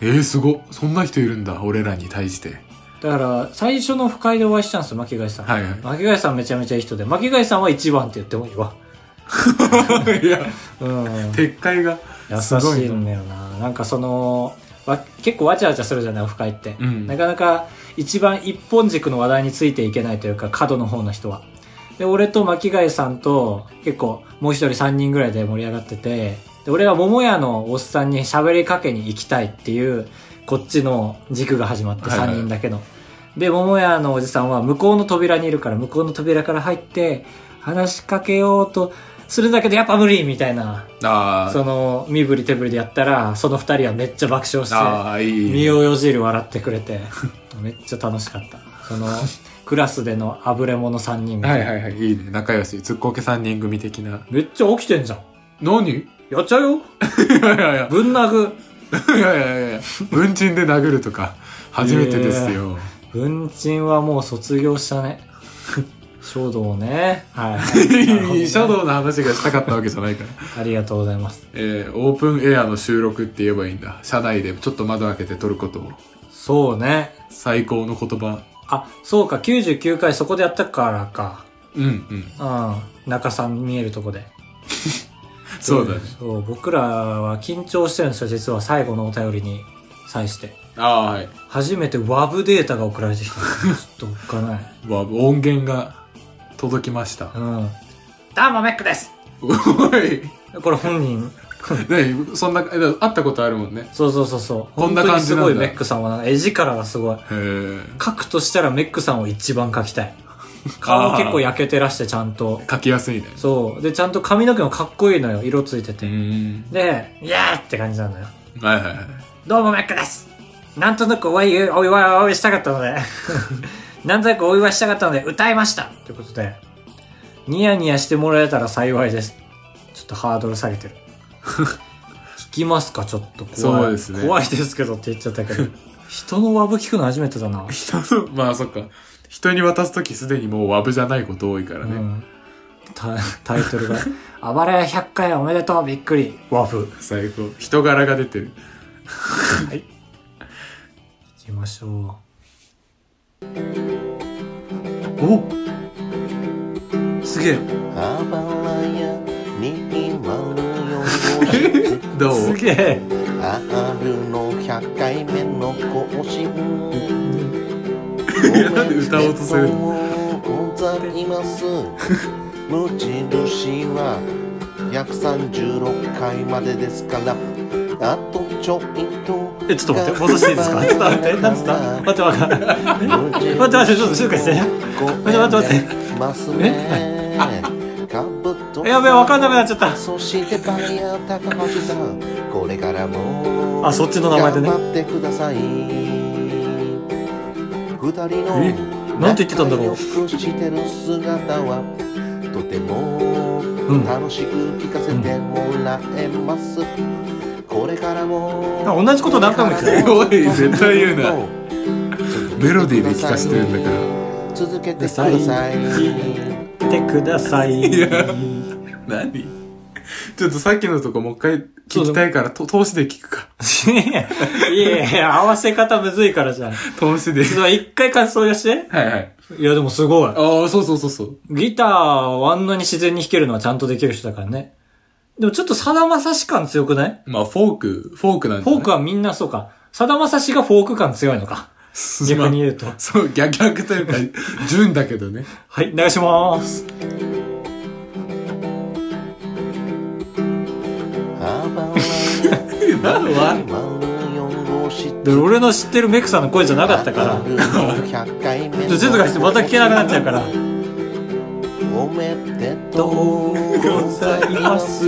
Speaker 1: えー、すごっ。そんな人いるんだ。俺らに対して。
Speaker 2: だから、最初の不快でお会いしたんですよ、巻貝さん。
Speaker 1: はいはい
Speaker 2: 巻貝さんめちゃめちゃいい人で、巻貝さんは一番って言ってもいいわ。
Speaker 1: いや、
Speaker 2: うん。
Speaker 1: 撤回が。
Speaker 2: 優
Speaker 1: すご
Speaker 2: しい
Speaker 1: なん
Speaker 2: だよな。なんかその、わ結構わちゃわちゃするじゃない、オフ会って。
Speaker 1: うん
Speaker 2: なかなか一番一本軸の話題についていけないというか、角の方の人は。で、俺と巻貝さんと、結構もう一人3人ぐらいで盛り上がってて、で、俺が桃屋のおっさんに喋りかけに行きたいっていう、こっちの軸が始まって
Speaker 1: はいはい
Speaker 2: 3人だけの。で、桃屋のおじさんは向こうの扉にいるから、向こうの扉から入って、話しかけようとするんだけど、やっぱ無理みたいな
Speaker 1: あ
Speaker 2: その身振り手振りでやったらその二人はめっちゃ爆笑
Speaker 1: あ、あ
Speaker 2: して
Speaker 1: あ、いい。
Speaker 2: 身をよじる笑ってくれてめっちゃ楽しかったそ のクラスでのあぶれ者3人みた
Speaker 1: はいい
Speaker 2: な、
Speaker 1: はいはい、いいね。仲良し、ずっこけ3人組的な。
Speaker 2: めっちゃ起きてんじゃん
Speaker 1: 何い
Speaker 2: やっちゃうよ
Speaker 1: やいやいや、
Speaker 2: ぶん殴
Speaker 1: いやいやいや、文鎮で殴るとか、初めてですよ。
Speaker 2: 文鎮はもう卒業したね衝動ね。はい
Speaker 1: い。シャ
Speaker 2: ウ。
Speaker 1: ドウの話がしたかったわけじゃないから。
Speaker 2: ありがとうございます。
Speaker 1: えー、オープンエアの収録って言えばいいんだ。車内でちょっと窓開けて撮ることを。
Speaker 2: そうね。
Speaker 1: 最高の言葉。
Speaker 2: あ、そうか、99回そこでやったからか。
Speaker 1: うんうん。
Speaker 2: うん。中さん見えるとこで。
Speaker 1: そうだね。
Speaker 2: そう、僕らは緊張してるんですよ、実は最後のお便りに際して。
Speaker 1: ああー、はい。
Speaker 2: 初めて WAV データが送られてきた。ちょっとおっかない。
Speaker 1: まあ、音源が届きました
Speaker 2: う。ん。ダーマメックです
Speaker 1: おい。
Speaker 2: これ本人。
Speaker 1: ねそんな、えだ会ったことあるもんね。
Speaker 2: そうそうそうそう。
Speaker 1: こんな感じ
Speaker 2: 本当にす
Speaker 1: なんだ
Speaker 2: ごいメックさんはなんか絵力がすごい。
Speaker 1: へえ。
Speaker 2: 描くとしたらメックさんを一番描きたい。顔も結構焼けてらしてちゃんと。
Speaker 1: 書きやすいね。
Speaker 2: そう。で、ちゃんと髪の毛もかっこいいのよ。色ついて
Speaker 1: う
Speaker 2: て。
Speaker 1: ーん。
Speaker 2: で、イエーって感じなのよ。
Speaker 1: はいはいはい。
Speaker 2: どうもメックですなんとなくお祝い、お祝い、お祝いしたかった ので、なんとなくお祝いしたかったので歌いましたということで、ニヤニヤしてもらえたら幸いです。ちょっとハードル下げてる。聞きますかちょっと怖い。
Speaker 1: そうですね
Speaker 2: 怖いですけどって言っちゃったけ ど。人のワブ聞くの初めてだ な。
Speaker 1: 人の、 まあそっか。人に渡すときすでにもうワブじゃないこと多いから
Speaker 2: う
Speaker 1: ね。
Speaker 2: ん、タタイトルが 「暴れ100回おめでとうびっくりワブ」
Speaker 1: 最高。人柄が出てる。
Speaker 2: いきましょ
Speaker 1: お
Speaker 2: うすげえ
Speaker 4: あばらやにぎわうよ
Speaker 1: どう
Speaker 2: すげえ
Speaker 4: あるの100回目の更新
Speaker 1: なんで歌おうとするの
Speaker 4: ございます無印は136回までですからあとちょいと
Speaker 2: えちょっと待って戻していいです かちょっと待って何つった待って待って
Speaker 4: 待って
Speaker 2: 待って待ってちょっと静かにして待
Speaker 4: 待
Speaker 2: って待って
Speaker 4: ますねかぶと
Speaker 2: やべえわかんなくなっちゃった
Speaker 4: そしてバイヤー高橋さんこれからも
Speaker 2: あそっちの名前でね
Speaker 4: 頑張ってください二人の
Speaker 2: えなんて言ってたんだろう
Speaker 4: 仲良くしてる姿はとても
Speaker 2: うん
Speaker 4: 楽しく聞かせてもらえます、これからも
Speaker 2: あ同じこと何回も言って
Speaker 1: たよおい絶対言うなメロディーで聞かせてるんだから
Speaker 4: 続けてください
Speaker 2: てください
Speaker 1: いや何ちょっとさっきのとこもう一回聞きたいから、と通しで聞くか。
Speaker 2: いやいや合わせ方むずいからじゃんち
Speaker 1: 通しで。
Speaker 2: ょっと一回感想言わして
Speaker 1: はいはい。
Speaker 2: いやでもすごい
Speaker 1: ああ、そうそうそうそう。
Speaker 2: ギターをあんなに自然に弾けるのはちゃんとできる人だからねでもちょっとさだまさし感強くない
Speaker 1: まあ、フォーク、フォークなんじ
Speaker 2: フ
Speaker 1: ゃ
Speaker 2: ォ
Speaker 1: ない
Speaker 2: ークはみんなそうか。さだまさしがフォーク感強いのか。
Speaker 1: すま
Speaker 2: 逆
Speaker 1: ん
Speaker 2: に言うと。
Speaker 1: そう、逆、逆というか、順だけどね。
Speaker 2: はい、流しまーす。
Speaker 4: あばらや
Speaker 2: で俺の知ってるメクさんの声じゃな
Speaker 4: な
Speaker 2: かったから。ちょっと
Speaker 4: ら
Speaker 2: 静かにしてまた聞けなくなっちゃうから。
Speaker 4: おめでとう
Speaker 2: どう
Speaker 4: ございます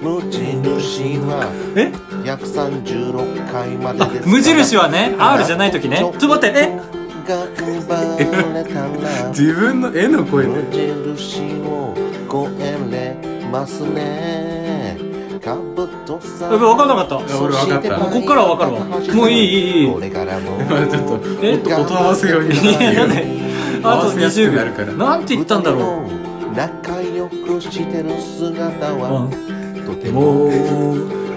Speaker 4: 無印は
Speaker 2: え
Speaker 4: 136回まで
Speaker 2: あ
Speaker 4: です、
Speaker 2: 無印はね、R じゃないときね。
Speaker 4: ち
Speaker 2: ちょ
Speaker 4: ょ
Speaker 2: っと待って、え
Speaker 4: 頑 張れたら
Speaker 1: 自分の絵の声で。
Speaker 4: 無印を超えれますねかぶとさん
Speaker 2: やべ、わかんなかった。
Speaker 1: 俺わかった
Speaker 2: もうこっからわかるわもういいいいいい
Speaker 4: こ れからも
Speaker 1: まあ、ちょっと、
Speaker 2: え
Speaker 1: 音音合わせように
Speaker 2: いや、なんであ
Speaker 1: 合
Speaker 2: と
Speaker 1: わせやすくなる
Speaker 2: 20
Speaker 1: か
Speaker 2: 秒。
Speaker 1: ら
Speaker 2: なんて言ったんだろ
Speaker 4: 仲良くしてる姿
Speaker 2: う。う
Speaker 4: は
Speaker 2: ん。
Speaker 4: とても
Speaker 2: もう、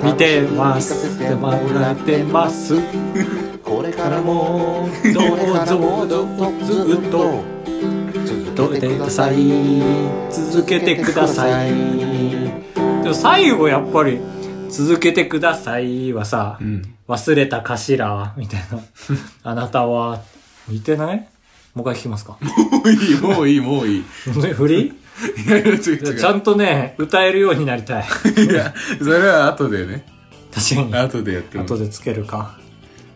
Speaker 2: 見てます。見てもらってます。
Speaker 4: これか
Speaker 2: からら
Speaker 4: も
Speaker 2: も、
Speaker 4: こ
Speaker 2: ど
Speaker 4: れからも
Speaker 2: うぞ、ずっと。
Speaker 4: ど
Speaker 2: 続
Speaker 4: うぞ
Speaker 2: け
Speaker 4: ず
Speaker 2: て
Speaker 4: っ
Speaker 2: く
Speaker 4: と
Speaker 2: ださい続けてくださいでも最後やっぱり「続けてください」はさ「
Speaker 1: うん。
Speaker 2: 忘れたかしら」みたい な「あなたは」似てないもう一回聞きます か
Speaker 1: もういい、もういい、もういい。
Speaker 2: 振り
Speaker 1: いやいや、違う違う。
Speaker 2: ちゃんとね歌えるようになりたい
Speaker 1: いや、それは後でね。
Speaker 2: 確かに
Speaker 1: 後でやっても
Speaker 2: 後でつけるか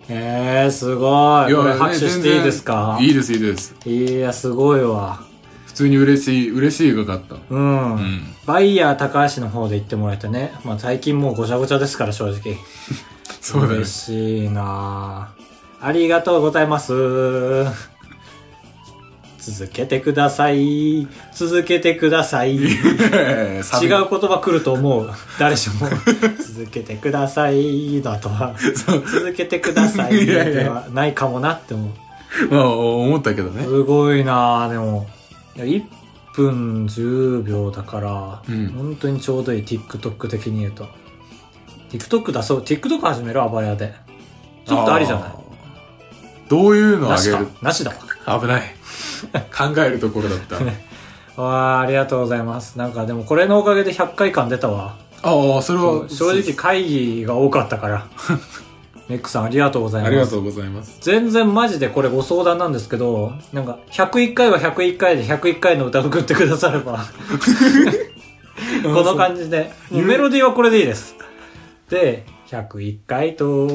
Speaker 2: えー、すごいこれ
Speaker 1: ね
Speaker 2: 拍手していいですか
Speaker 1: 全然いいです、いいです。
Speaker 2: いやすごいわ
Speaker 1: 普通に嬉しい、嬉しいがかった。
Speaker 2: うん、
Speaker 1: ん
Speaker 2: バイヤー高橋の方で言ってもらえてね、まあ、最近もうごちゃごちゃですから正直
Speaker 1: そうだね
Speaker 2: 嬉。しいなあありがとうございます続けてください続けてくださ い違う言
Speaker 1: 違
Speaker 2: 葉来ると思う誰し も続けてくださいだとは
Speaker 1: そう。
Speaker 2: 続けてください
Speaker 1: いやいや
Speaker 2: ではないかもなって思う
Speaker 1: まあ、思ったけどね。
Speaker 2: すごいなあでもいや1分10秒だから、
Speaker 1: うん
Speaker 2: 本当にちょうどいい TikTok 的に言うと TikTok だそう TikTok 始めるアバヤでちょっとありじゃない
Speaker 1: どういうの
Speaker 2: な
Speaker 1: あげ
Speaker 2: し
Speaker 1: る
Speaker 2: かなしだわ
Speaker 1: 危 ない。考えるところだった。
Speaker 2: わあありがとうございますなんかでもこれのおかげで100回間出たわ
Speaker 1: ああ、それは、
Speaker 2: 正直会議が多かったから メックさんありがとうございます
Speaker 1: ありがとうございます。
Speaker 2: 全然マジでこれご相談なんですけど、なんか、101回は101回で101回の歌を送ってくだされ ば、この感じで、もうメロディーはこれでいいです。で、101回と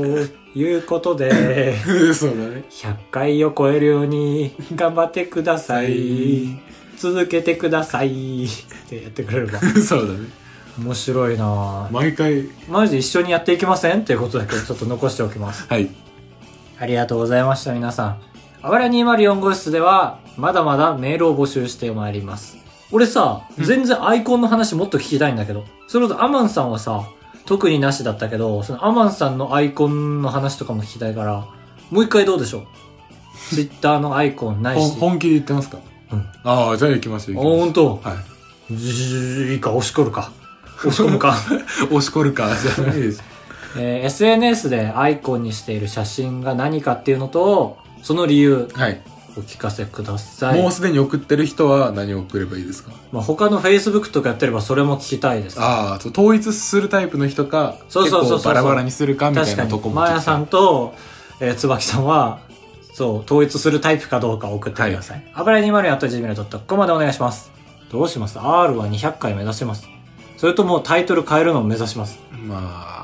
Speaker 2: いうことで、
Speaker 1: そうだね。
Speaker 2: 100回を超えるように頑張ってください。続けてください。ってやってくれれば。
Speaker 1: そうだね。
Speaker 2: 面白いなぁ。
Speaker 1: 毎回、
Speaker 2: マジで一緒にやっていきませんっていうことだけちょっと残しておきます。
Speaker 1: はい。
Speaker 2: ありがとうございました、皆さん。あばら204号室では、まだまだメールを募集してまいります。俺さ、全然アイコンの話もっと聞きたいんだけど、それこそアマンさんはさ、特になしだったけど、そのアマンさんのアイコンの話とかも聞きたいから、もう一回どうでしょうツイッターのアイコンない
Speaker 1: ほん
Speaker 2: し。
Speaker 1: 本気で言ってますか
Speaker 2: うん
Speaker 1: ああ、じゃあ行きましょう。
Speaker 2: お、ほ
Speaker 1: 行
Speaker 2: んと
Speaker 1: き。ましょ
Speaker 2: いいか、押し込る か。押し込むか。
Speaker 1: うはい。押しこるか、じゃないで
Speaker 2: え
Speaker 1: す。
Speaker 2: ー SNS でアイコンにしている写真が何かっていうのと、その理由、
Speaker 1: はい。
Speaker 2: お聞かせください。
Speaker 1: もうすでに送ってる人は何を送ればいいですか
Speaker 2: まあ、他の Facebook とかやってればそれも聞きたいです。
Speaker 1: ああ、そう統一するタイプの人か、
Speaker 2: そうそうそうそう
Speaker 1: 結構バラバラにするかみた
Speaker 2: 確
Speaker 1: い
Speaker 2: か
Speaker 1: な
Speaker 2: に
Speaker 1: とこ、も
Speaker 2: マヤさ
Speaker 1: ん。
Speaker 2: んと、えー、椿さんは、そう、統一するタイプかどうか送ってください。あばれ204 at gmail.com までお願いします。どうします ?R は200回目指します。それともタイトル変えるのを目指します。
Speaker 1: まあ、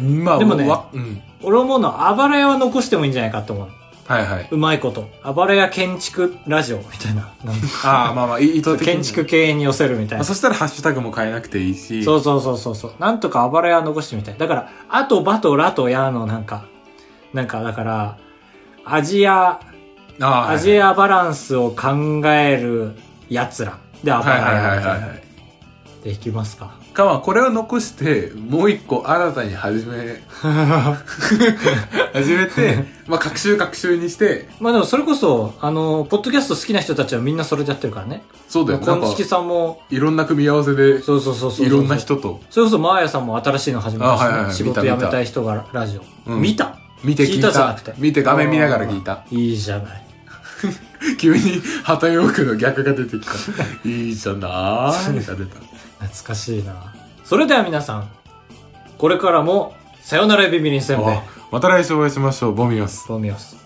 Speaker 1: まあ、
Speaker 2: でもね
Speaker 1: わうん。
Speaker 2: 俺思うのは、あばら屋は残してもいいんじゃないかと思う。
Speaker 1: はいはい。
Speaker 2: うまいこと。あばら屋建築ラジオみたいな。なんか
Speaker 1: ああ、まあまあ、い意図的に。
Speaker 2: 建築系に寄せるみたい
Speaker 1: あ
Speaker 2: な。
Speaker 1: そしたらハッシュタグも変えなくていいし。
Speaker 2: そうそうそうそうそう。なんとかあばら屋残してみたい。だから、あとばとらとやのなんか、なんかだから、アジア、
Speaker 1: ああ、はい
Speaker 2: アジアバランスを考える奴ら。で、あば
Speaker 1: はい
Speaker 2: ら
Speaker 1: はいはい
Speaker 2: 屋みた
Speaker 1: はいい
Speaker 2: な。
Speaker 1: はい。
Speaker 2: で、いきますか。
Speaker 1: かは、これを残して、もう一個新たに 始め、始めて、まあ、各週各週にして、
Speaker 2: まあでもそれこそ、あの、ポッドキャスト好きな人たちはみんなそれでやってるからね。
Speaker 1: そうだよ、
Speaker 2: こ
Speaker 1: なん
Speaker 2: ん
Speaker 1: か
Speaker 2: ち、きさんも、
Speaker 1: いろんな組み合わせで、
Speaker 2: そうそうそうそうそう。
Speaker 1: いろんな。人と、
Speaker 2: それこそ、マーヤさんも新しいの始めたし、
Speaker 1: あはいはいはい
Speaker 2: 仕
Speaker 1: 見た
Speaker 2: 事
Speaker 1: 見
Speaker 2: 辞
Speaker 1: た
Speaker 2: めたい人がラジオ。
Speaker 1: うん
Speaker 2: 見た
Speaker 1: 見て
Speaker 2: 聞
Speaker 1: 聞
Speaker 2: い
Speaker 1: い
Speaker 2: たじゃなく
Speaker 1: た
Speaker 2: て。
Speaker 1: 見て画面見ながら聞いた。
Speaker 2: いいじゃない。
Speaker 1: 急に、旗ヨークの逆が出てきた。いいじゃないが出た。
Speaker 2: 懐かしいな。それでは皆さん、これからも、さよならビビリンせんべい
Speaker 1: あ。また来週お会いしましょう。ボミオス。
Speaker 2: ボミオス。